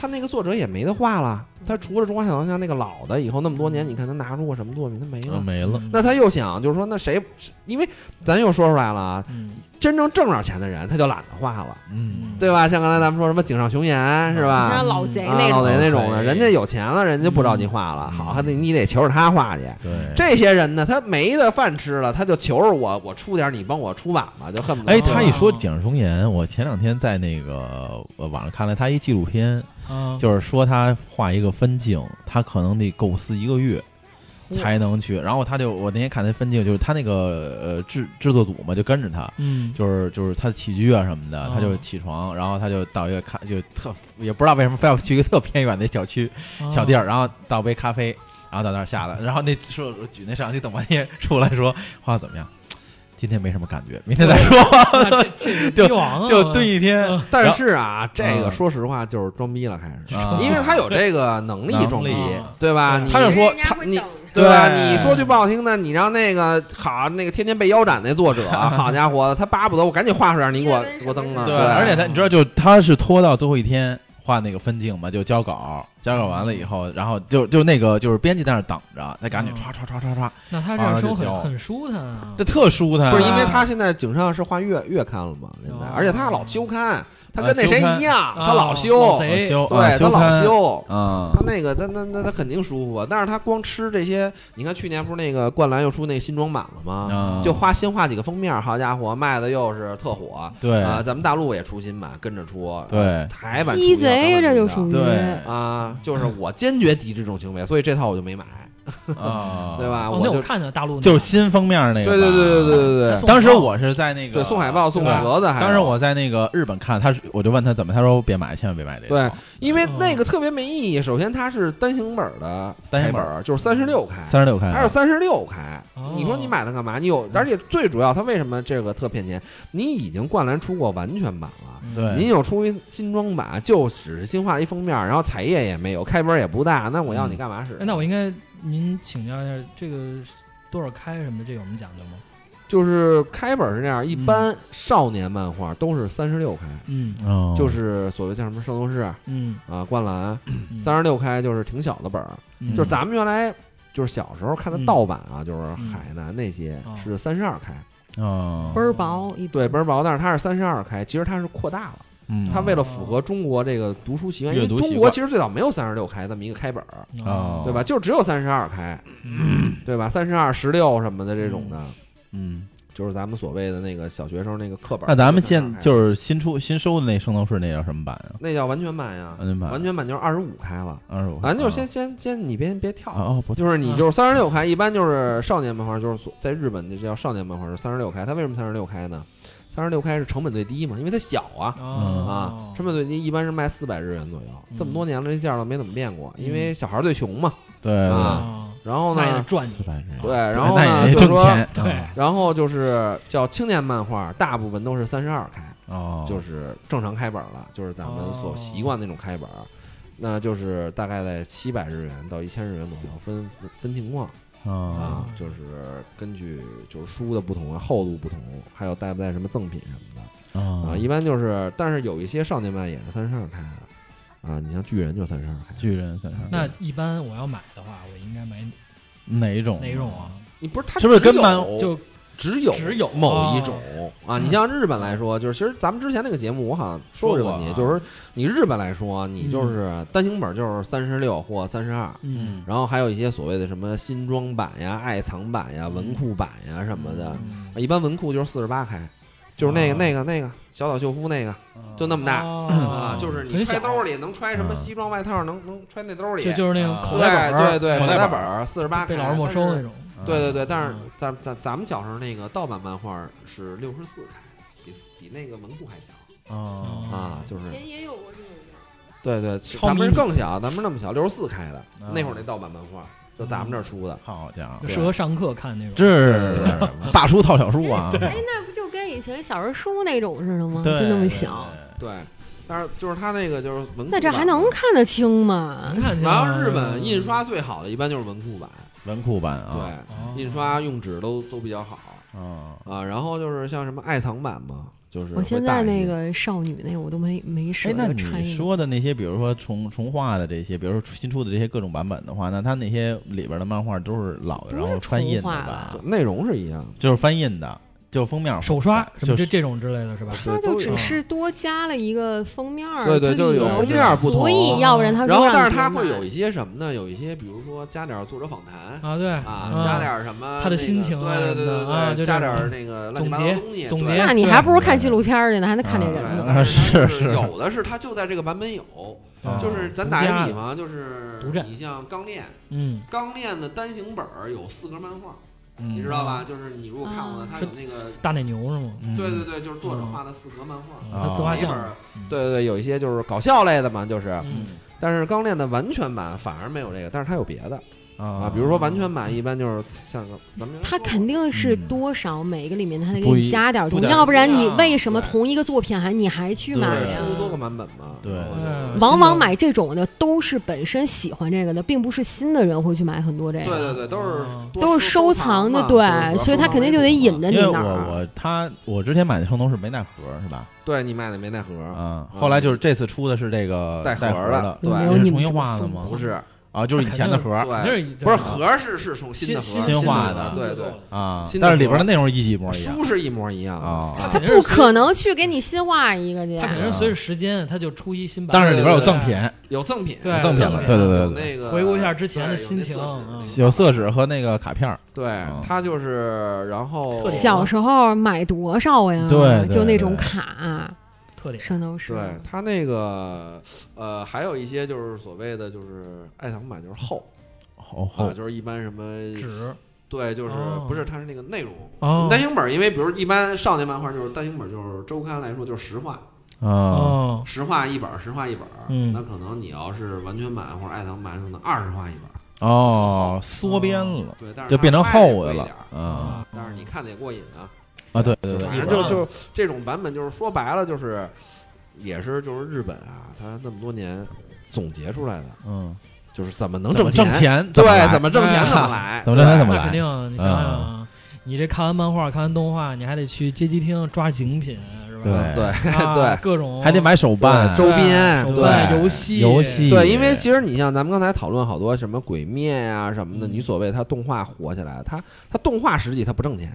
他那个作者也没得画了。他除了《中华小当家》那个老的以后那么多年，你看他拿出过什么作品？他没啊了。没了，嗯 嗯那他又想，就是说，那谁？因为咱又说出来了啊，嗯真正挣着钱的人，他就懒得画了，嗯，对吧？像刚才咱们说什么井上雄彦是吧？像嗯老贼啊，那老种贼那种的，对人家有钱了，人家就不找你画了。嗯好，还得你得求着他画去。对。这些人呢，他没得饭吃了，他就求着我，我出点，你帮我出碗吧，就恨不得。哎，他一说哦井上雄彦，我前两天在那个呃网上看了他一纪录片，啊，就是说他画一个分镜，他可能得构思一个月才能去。然后他就我那天看那分镜，就是他那个呃制制作组嘛，就跟着他，嗯，就是就是他的起居啊什么的，哦他就起床，然后他就到一个咖就特也不知道为什么非要去一个特偏远的小区啊嗯小地儿，然后倒杯咖啡，然后到那儿下来，然后那说举那摄像机等半天出来说画得怎么样，今天没什么感觉，明天再说，啊，那这这是就帝王啊就蹲一天。嗯但是啊，这个嗯说实话就是装逼了，开 始，啊因为他有这个能力能装逼力，对吧？对你他就说人家他会你等对吧？对你说句不好听的，你让那个好那个天天被腰斩那 作者，好家伙，他巴不得我赶紧画出点，你给 我吸引人给我登啊！什对，么对而且他你知道，就他是拖到最后一天画那个分镜嘛，就交稿，交稿完了以后，然后就就那个就是编辑在那儿等着，他赶紧嗯唰唰唰唰唰，那他这样生活啊就很很舒坦啊这。特舒坦啊。不是因为他现在井上是画月月刊了嘛，现在，哦而且他老修刊，他跟啊那谁修啊刊一样，他老啊修老，贼啊修啊对他老刊修，啊他那个，他那那他肯定舒服啊。但是他光吃这些，你看去年不是那个灌篮又出那新装版了吗？啊，就花先画几个封面，好家伙，卖的又是特火啊、对咱们大陆也出新版，跟着出，啊对台版出一鸡个贼，这就嗯属于对啊，就是我坚决敌这种行为，所以这套我就 没买，啊， 对？吧？哦，我那我就看见大陆那就是个新封面那对个吧，啊对对对对对还对送当时海报我是在那个对，送海报送对吧盒子还有，当时我在那个日本看，他是我就问他怎么，他说别买，千万别买这个。对，因为那个特别没意义。首先它是单行本的单台行本本，就是三十六开，三十六开它是三十六开哦，你说你买它干嘛？你有，而且最主要，它为什么这个特骗钱？你已经灌篮出过完全版嗯了，对您有出一新装版，就只是新画一封面，然后彩页也没有，开本也不大，那我要你干嘛使哎，？那我应该您请教一下，这个多少开什么的，这有什么讲究吗？就是开本是这样，一般少年漫画都是三十六开，嗯哦就是所谓叫什么圣斗士嗯，啊、灌篮，三十六开就是挺小的本儿，嗯就是咱们原来。就是小时候看的嗯盗版啊，就是海南那些哦是三十二开，哦倍，儿薄一对倍儿薄，但是它是三十二开，其实它是扩大了。嗯他为了符合中国这个读书习惯，因阅为读习惯中国其实最早没有三十六开这么一个开本儿，嗯哦，对吧？？就只有三十二开，对吧？三十二、十六什么的这种的，嗯，就是咱们所谓的那个小学生那个课本儿。那咱们32现开就是新出新收的那圣斗士那叫什么版啊？那叫完全版呀，完全版完全版就是二十五开了。二十五，咱啊就先先先，你别别跳，啊哦不就是你啊就是三十六开，一般就是少年漫画，就是所在日本就叫少年漫画是三十六开。它为什么三十六开呢？三十六开是成本最低嘛，因为它小啊，啊啊，，成本最低一般是卖四百日元左右，这么嗯多年了，这价儿都没怎么变过，因为小孩儿最穷嘛。对啊然后那也得呢，赚四你，百人，对，然后那呢，也得就是挣说，钱，对嗯然后就是叫青年漫画，大部分都是三十二开，哦，就是正常开本了，就是咱们所习惯那种开本，哦那就是大概在七百日元到一千日元左右，分分分情况啊哦啊，就是根据就是书的不同啊，厚度不同，还有带不带什么赠品什么的。啊，啊一般就是，但是有一些少年漫也是三十二开的，啊，你像巨人就三十二开，巨人算是那一般我要买的话，我应该买哪一种哪种？啊？你不是他是不是跟漫就就只有只有某一种、啊？你像日本来说，就是其实咱们之前那个节目我好像说过这个问题，说过啊就是你日本来说，你就是单行本就是三十六或三十二。嗯然后还有一些所谓的什么新装版呀、爱藏版呀、文库版呀什么的，嗯一般文库就是四十八开，就是那个、哦那个那个小岛秀夫那个，就那么大，啊，啊就是你嗯很揣小兜里能揣什么嗯西装外套，能能揣那兜里，就就是那种啊口袋本对对儿，对，口口袋袋本本儿四十八，被老师没收种。那种。对对对，但是嗯咱咱咱们小时候那个盗版漫画是六十四开，比比那个文库还小啊啊，就是前也有过这种对对，超咱迷们你是更小，咱们那么小，六十四开的啊那会儿那盗版漫画就咱们这儿出的，好家伙就，适合上课看那种，这是 大叔套小叔啊，哎，那不就跟以前小人书那种似的吗？对，就那么小，对，但是就是他那个就是文库版，那这还能看得清吗？能看清然吗后日本印刷最好的一般就是文库版，文库版啊，对，哦印刷用纸都都比较好。对啊，啊，然后就是像什么爱藏版嘛，就是我会现大在一那点个少女那个我都没没舍哎，那得拆你呢。说的那些，比如说重重画的这些，比如说新出的这些各种版本的话，那它那些里边的漫画都是老的，不是然后翻印的重画吧吧？就内容是一样就是翻印的，就封面手刷什就么是这这种之类的是吧？啊对它就都有只是多加了一个封面儿，对对它就是有理由封面儿不同所以要不然他的。说然后，但让是别它会买有一些什么呢？有一些，比如说加点儿作者访谈啊，对啊，嗯加点儿什么他的那心个情啊对对对什么的啊对就对，加这点种儿那个乱七总八糟结东西，总对结对那你还不如看纪录片儿去呢，还能看这人啊呢。但是它是是有的是，它就在这个版本有，啊就是咱独打家个的比方，就是独占你像《钢炼》，嗯， 《钢炼》的单行本儿有四格漫画，你你知道吧？就是你如果看过的，啊它嗯是有那个，大奶牛是吗？对对对，就是作者嗯画的四格漫画。嗯啊他自画那本像儿，嗯对对对，有一些就是搞笑类的嘛，就是，嗯但是钢炼的完全版反而没有这个，但是它有别的啊，啊比如说完全版一般就是像个咱们他肯定是多少每一个里面他得给不一你加点儿东不西，点儿要不然不一你样为什么对同一个作品还你还去对买对呀出？多个版本嘛，对然后就是嗯往往买这种的都是本身喜欢这个的，并不是新的人会去买很多这对个，对对，都是多都是是收藏藏嘛都的，是主要对，所以收他藏肯为定就得主引嘛着因你为那我儿。啊我他我之前买的圣都是没带盒儿是吧？对你卖的没带盒，嗯，嗯后来就是这次出的是这个带盒盒儿儿的的，对有没你有是你重新们这么画的疯吗狂不是啊，就是以前的盒儿对，那是不是盒是是送新的盒，新新画的的对对，啊新，的但是里盒儿边的内容一一模一样书是一模一样的啊啊肯定是不随可，能去给你新画一个去他，肯定是随着时间，他就出一新版。但是里边有对对赠品，有赠品，对有赠品有了对对对有对那个回顾一下之前的对有心那情色纸嗯那个有色纸和那个卡片儿。对嗯，它就是然后特点小时候买多少呀？对对就那种对卡，特点，圣斗士。对它那个呃，还有一些就是所谓的就是爱藏版就是厚好啊，好，就是一般什么纸对，就是哦不是它是那个内容。哦单行本儿，因为比如一般少年漫画就是单行本，就是周刊来说就是十话，啊，哦，十话一本儿，十话一本儿。嗯那可能你要是完全版或者爱藏版，可能二十话一本儿。哦，缩编了，对，但是就它变成卖得厚贵的一了点儿。啊但是你看得也过瘾啊，啊，对对对，反一正本儿就般就这种版本，就是说白了就是，也是就是日本啊，它那么多年总结出来的，嗯，就是怎么能怎么挣挣钱？对，怎怎么么挣钱哎怎么来，来怎么挣钱对怎么那来肯？定，你想想啊，你这看完漫画、看完动画，你还得去街机厅抓景品是吧？对对啊 哎对各种还得买手办，周边手对办、游戏、游戏对，因为其实你像咱们刚才讨论好多什么鬼灭啊什么的，嗯你所谓它动画火起来，它它动画实际它不挣钱，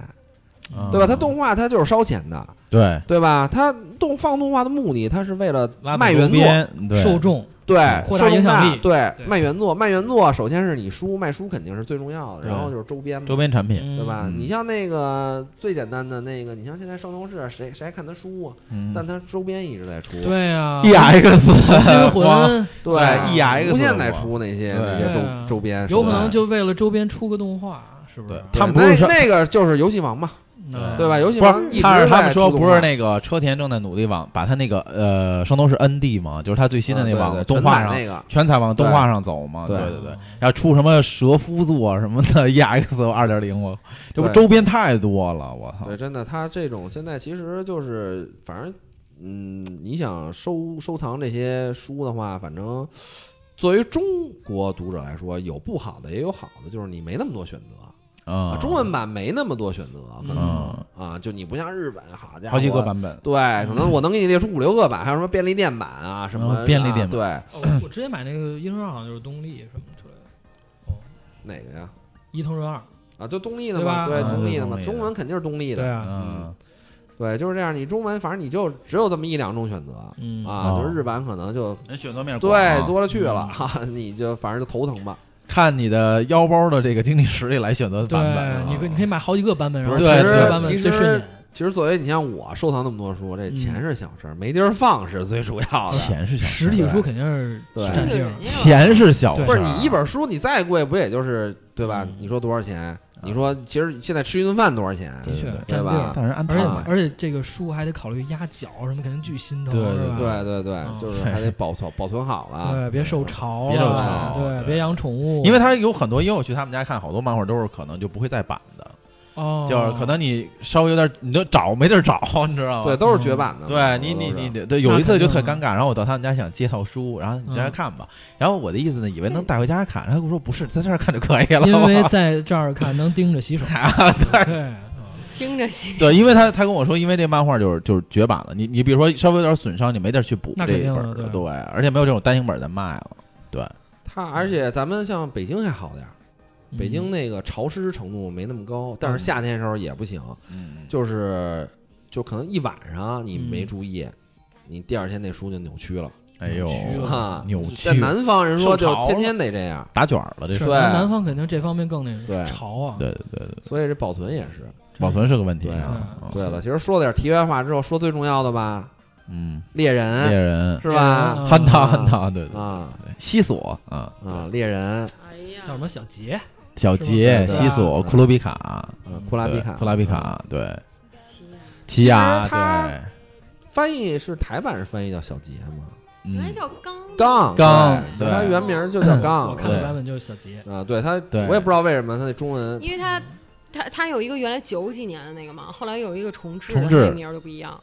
嗯对吧？它动画它就是烧钱的，对对吧？它动放动画的目的，它是为了拉动卖周原作，边对受众，对，嗯扩大受众影响力对，对卖原作，卖原作，首先是你书，卖书肯定是最重要的，对然后就是周边嘛，周边产品，对对吧？嗯你像那个最简单的那个，你像现在圣斗士，谁谁还看他书啊？嗯但他周边一直在出，对呀， E X 军魂对对嗯 EX 啊无限在出那些对那些对啊周周边，有可是吧能就为了周边出个动画，是不对是？他们不对是那那个就是游戏王嘛，嗯对吧？尤其不王是一，直但是他们在说出动不是画那个车田正在努力往把他那个呃圣斗士 ND 嘛，就是他最新的嗯那对网对动陈画凯上那个，全采往动对画上走嘛，对对对对，要出什么蛇夫座什么的 EX 二点零，我这不对周边太多了，我操！对，真的，他这种现在其实就是，反正，嗯，你想收收藏这些书的话，反正作为中国读者来说，有不好的也有好的，就是你没那么多选择啊啊，中文版没那么多选择，可能嗯，啊，就你不像日本，好家伙，好几个。版本，对，可能我能给你列出五六个版，还有什么便利店版啊，什么、嗯便利店版啊对哦我我之前买那个一通润二好像就是东丽什么之类的，哪个呀？一通润二，啊，就东立的对嘛，吧对，啊东对立的东嘛立，的中文肯定是东立对的，啊，嗯，对，就是这样。你中文反正你就只有这么一两种选择嗯啊，哦就是日版可能就人选择面啊对，多了去嗯了，哈， 你就反正就头疼吧。看你的腰包的这个经济实力来选择对版本，，啊你可你可以买好几个版本，然后不是每其实个版本其最实顺眼。其实作为你像我收藏那么多书，这嗯钱是小事儿，没地儿放是最主要的。钱是小事实儿体书肯定是对占地这个儿人，钱是啊小事儿，不对是你一本书你再贵，不也就是对吧嗯？你说多少钱？你说其实现在吃一顿饭多少钱？的确啊对对占地吧儿。但是按而且套买而且这个书还得考虑压脚什么，肯定巨心疼，对对啊是对吧？对对嗯，就 是还得保存保存好了。对，别受潮了，啊别受潮啊对对，别养宠物，因为它有很多，因为我去他们家看，好多漫画都是可能就不会再版的，哦，就是可能你稍微有点，你就找没地儿找，你知道吗？对，都是绝版的嘛。啊对你都你是你你对，有一那次肯就定特啊尴尬，然后我到他们家想借套书，然后你在这儿嗯看吧，然后我的意思呢，以为能带回家看，然后他跟我说不是，在这儿看就可以了。 因为在这儿看能盯着洗手，啊对，听着心。 对，因为他他跟我说，因为这漫画就是就是绝版了，你你比如说稍微有点损伤，你没地儿去补那这肯一定本的儿了，对对，而且没有这种单行本儿在卖了，对，它，而且咱们像北京还好点儿，北京嗯那个潮湿程度没那么高，但是夏天的时候也不行。嗯，就是就可能一晚上啊你没嗯注意，你第二天那书就扭曲了哎呦，扭曲了啊！扭曲在南方人说受就潮天天得这样，打卷儿了，这是是对咱南方肯定这方面更那对个潮啊，啊对对对对，所以这保存也是。保存是个问题对啊，嗯对了，其实说了点题外话之后，说最重要的吧，嗯，猎猎人人。是吧？嗯憨他啊憨他，对对，哎啊对西索啊，啊，猎人，哎叫什呀，么小杰，小是吗杰、对西索、啊对库鲁比卡，嗯，库拉比对卡，嗯库拉比，卡，对，奇奇亚，其实他对，翻译是台版是翻译叫小杰吗？原来嗯，叫刚杠杠对对他原名就叫杠，我看啊对的版本就是小杰，啊，对他，对我也不知道为什么他那中文因为他他他有一个原来九几年的那个嘛，后来有一个重置重的，置那名儿就不一样。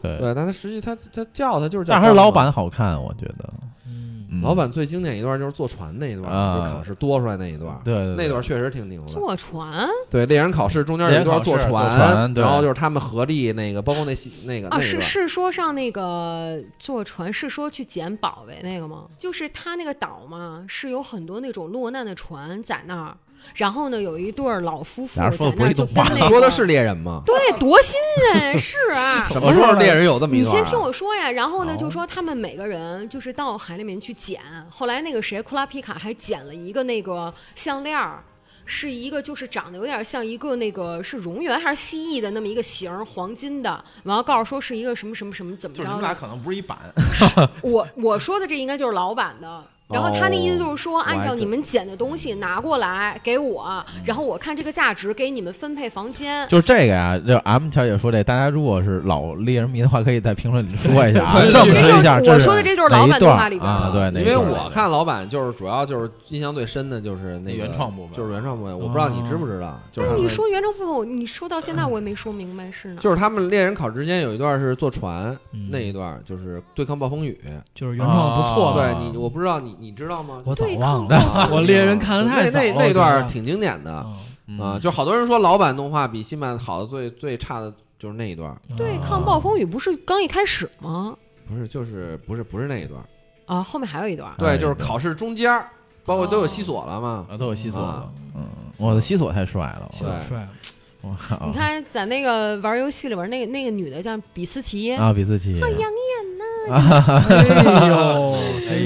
对，对，但他实际他他叫他就是叫但杠嘛，还是老版好看，我觉得，嗯，嗯老版最经典一段就是坐船那一段，啊就是考试多出来那一段，对对对那段确实挺牛的。坐船对，猎人考试中间有一段坐猎人考试坐船对然后就是他们合力那个，包括那戏那个啊，那一是段，是说上那个坐船，是说去捡宝贝那个吗？就是他那个岛嘛，是有很多那种落难的船在那儿，然后呢，有一对儿老夫妇俩人在说的不是那儿一种就跟话那个说的啊是猎人吗？对，多新鲜是啊。什么时候猎人有这么一你段啊？先听我说呀，然后呢，哦就说他们每个人就是到海里面去捡。后来那个谁，库拉皮卡还捡了一个那个项链儿，是一个就是长得有点像一个那个是蝾螈还是蜥蜴的那么一个形儿，黄金的。然后告诉说是一个什么什么什么怎么就是你着们俩的。可能不是 一版， 我我说的这应该就是老版的。然后他那意思就是哦说，还按照你真们捡的东西拿过来给我，嗯然后我看这个价值给你们分配房间。就是这个呀，就 M 小姐说这，大家如果是老猎人迷的话，可以在评论里说一下啊，对证这实一下，就是我是说的这就是哪老一版动段画里边啊，对，哪一因为段我看老版就是主要就是印象最深的就是那个原创哦部分就是原创部分，我不知道你知不知道，就是他那们你说原创部分，我你说到现在我也没说明白是哪儿。就是他们猎人考之间有一段是坐船，嗯那一段就是对抗暴风雨，哦就是原创不错啊吧？对你我不知道你你知道吗？我早对忘抗了， 啊我猎人看得太早了那我那那觉段得挺经典的，嗯啊，就好多人说老版动画比新版好的最最差的就是那一段儿， 对啊抗暴风雨不是刚一开始吗？不是就是不是不是那一段儿，啊，后面还有一段儿。哎对，就是对考试中间儿，包括都有哦西索了嘛，啊，都有西索啊了，嗯，我的西索太帅了，小帅，我靠，你看，在那个玩游戏里边，那个那个女的叫比斯奇，啊，比斯奇，哎呦， 哎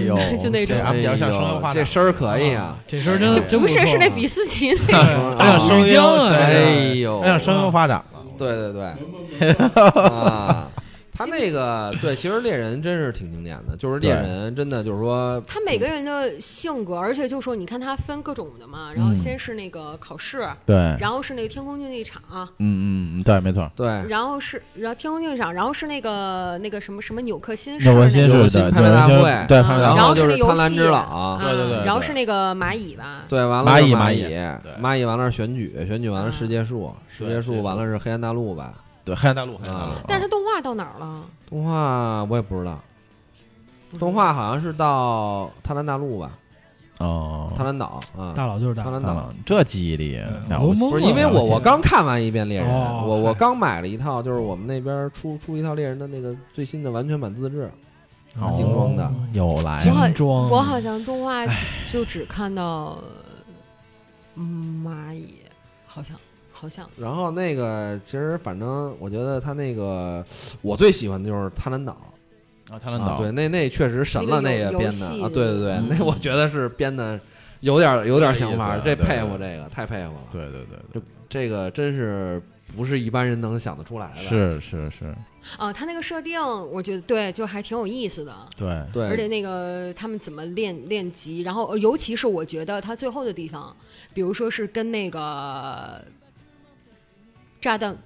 呦，就那种这 M 小姐像声优化哎这的，声儿可以啊，，这身儿真真不是错是那啊比斯奇对那个。啊这像声优江啊对哎对呦， 让声优发展了， 对对对，啊，他那个对，其实猎人真是挺经典的，就是猎人真的就是说，他每个人的性格，而且就说你看他分各种的嘛，然后嗯先是那个考试，对，然后是那个天空竞技场，嗯嗯嗯，对，没错，对，然后是然后天空竞技场，然后是那个那个什么什么纽克新市纽文那新个是新的，拍纽卖文大新会嗯对，啊拍卖大然会后后是就那是游贪婪戏之狼啊对对对然后对是那个蚂蚁吧，对，完了蚂蚁蚁蚂蚂蚁对蚂蚁完了是选举，选举完嗯了啊世界树，世对界世界树树完了是黑暗大陆吧？对黑暗大陆，黑暗大陆啊，但是它动画到哪儿了？动画我也不知道，不知道动画好像是到贪婪大陆吧，哦，贪婪岛啊，大佬就是大贪佬婪看岛了。这记忆力嗯了不起，我不是因为哦了我解我刚看完一遍猎人，哦我我嗨刚买了一套，就是我们那边出出一套猎人的那个最新的完全版自制，哦精装的又来精了，好嗯装哦我好像动画就只看到嗯蚂蚁，好像好像然后那个其实反正我觉得他那个我最喜欢的就是贪婪岛，啊，贪婪啊岛，对，那那确实神了，那那个游个编的游戏啊，对对对，嗯那我觉得是编的有点有点想法，有这点意思啊佩服这个，太佩服了，对对对对，这个真是不是一般人能想得出来的，是是是，啊，它那个设定我觉得对，就还挺有意思的。对，对，而且那个他们怎么练练级，然后呃尤其是我觉得他最后的地方，比如说是跟那个炸弹，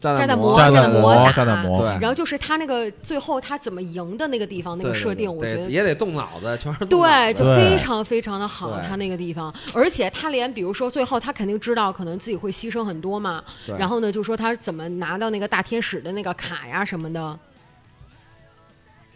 炸弹魔魔炸战弹战魔魔，打炸弹魔，对然后就是他那个最后他怎么赢的那个地方，那对个对设对定，我对觉得也得动脑子，全是动脑对，子就对非常非常的好，对他那个地方，而且他连比如说最后他肯定知道可能自己会牺牲很多嘛，对然后呢就说他怎么拿到那个大天使的那个卡呀什么的，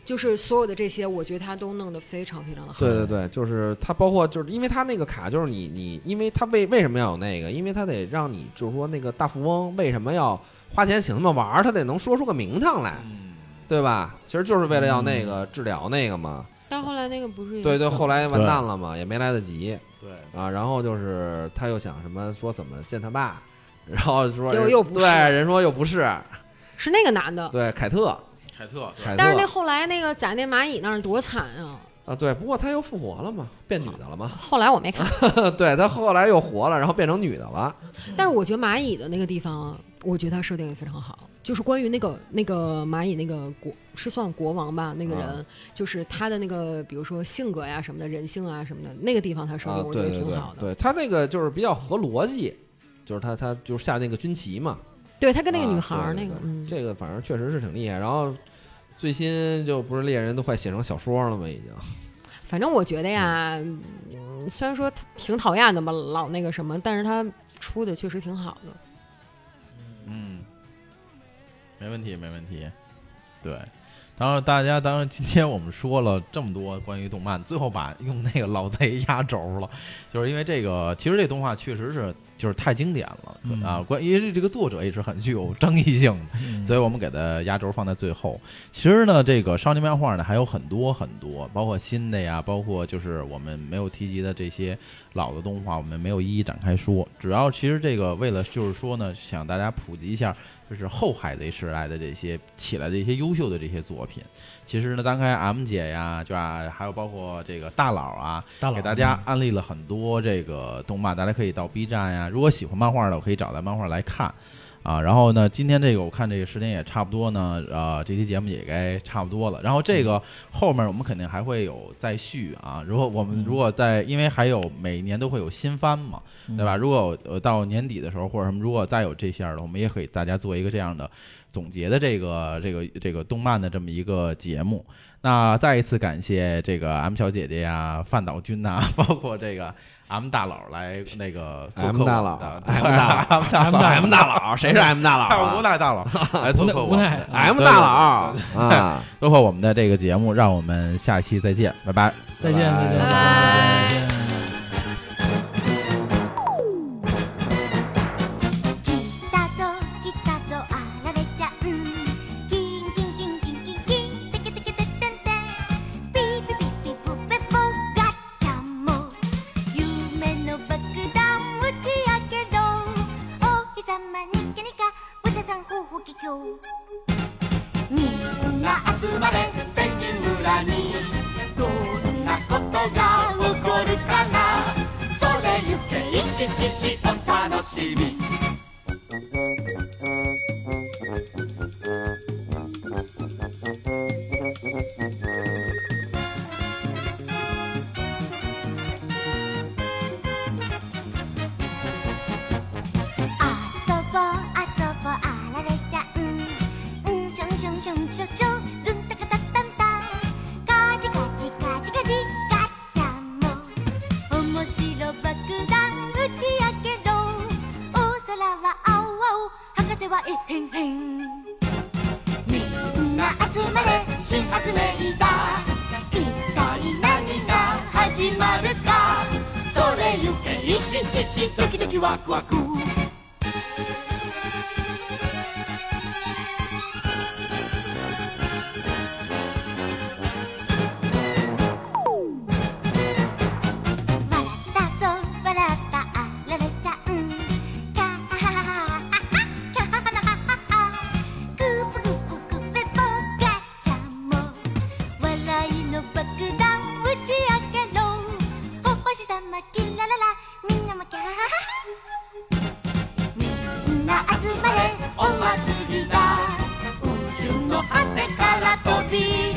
就是所有的这些，我觉得他都弄得非常非常的好。对对对，就是它，包括就是因为它那个卡，就是你你，因为它为为什么要有那个？因为它得让你就是说那个大富翁为什么要花钱请他们玩儿，他得能说出个名堂来，嗯对吧？其实就是为了要那个治疗那个嘛。但后来那个不是也对对，是后来完对蛋了嘛，也没来得及对啊。然后就是他又想什么说怎么见他爸，然后说结果又不是啊对人说又不是，是那个男的，对凯特凯特，凯特但是那后来那个在那蚂蚁那儿多惨啊！啊对，不过他又复活了嘛，变女的了嘛， 后来我没看，对他后来又活了，然后变成女的了。但是我觉得蚂蚁的那个地方，我觉得它设定也非常好，就是关于那个那个蚂蚁那个国是算国王吧，那个人、嗯就是他的那个，比如说性格呀什么的，人性啊什么的，那个地方他设啊定，我觉对得对挺对好，的。对他那个就是比较合逻辑，就是他他就是下那个军旗嘛，对他跟那个女孩啊儿对那对个，对嗯，这个反正确实是挺厉害。然后最新就不是猎人都快写成小说了嘛，已经。反正我觉得呀，嗯虽然说挺讨厌的嘛，老那个什么，但是他出的确实挺好的。嗯，没问题，没问题。对，当然大家当然今天我们说了这么多关于动漫，最后把用那个老贼压轴了，就是因为这个，其实这动画确实是就是太经典了、嗯啊。关于这个作者也是很具有争议性的。嗯所以我们给它压轴放在最后。其实呢，这个少年漫画呢还有很多很多，包括新的呀，包括就是我们没有提及的这些老的动画，我们没有一一展开说。主要其实这个为了就是说呢，想大家普及一下，就是后海贼时代的这些起来的一些优秀的这些作品。其实呢，刚才 M 姐呀，就啊，还有包括这个大佬啊，大佬给大家安利了很多这个动漫，大家可以到 B 站呀，如果喜欢漫画的，我可以找来漫画来看。啊，然后呢，今天这个我看这个时间也差不多呢，呃，这期节目也该差不多了。然后这个后面我们肯定还会有再续啊。如果我们如果在，因为还有每年都会有新番嘛，嗯对吧？？如果呃到年底的时候或者什么，如果再有这项的，我们也可以大家做一个这样的总结的这个这个这个动漫的这么一个节目。那再一次感谢这个 M 小姐姐呀、范岛君呐、 包括这个 M 大佬来那个做 M 客大我们佬 的 M 大佬 M 大 M 大佬 M 大佬，啊谁是 M 大佬还 有无啊奈 大佬来做客我无们奈的无奈？M 大佬啊，做客我们的这个节目，让我们下期再见，拜拜。再见再见拜拜再见。 「きたぞきたぞあられちゃう」「キンキンキンキンキンキン」「テケテケテッテンテン」「ピーピピピポペポガッチャも」「夢の爆弾打ち上げろ」「お日様にかにか豚さんほうほきょう」「みんな集まれ北京村に」「どんなことが起こるかな」「それゆけいしししお楽しみ」しドキドキワクワク笑ったぞ笑ったあられちゃんカハハハカハハハハグープグープグーペポガチャも笑いの爆弾打ち上げろお星さまキラララみんなもキャハハハみんな集まれお祭りだ宇宙の果てから飛び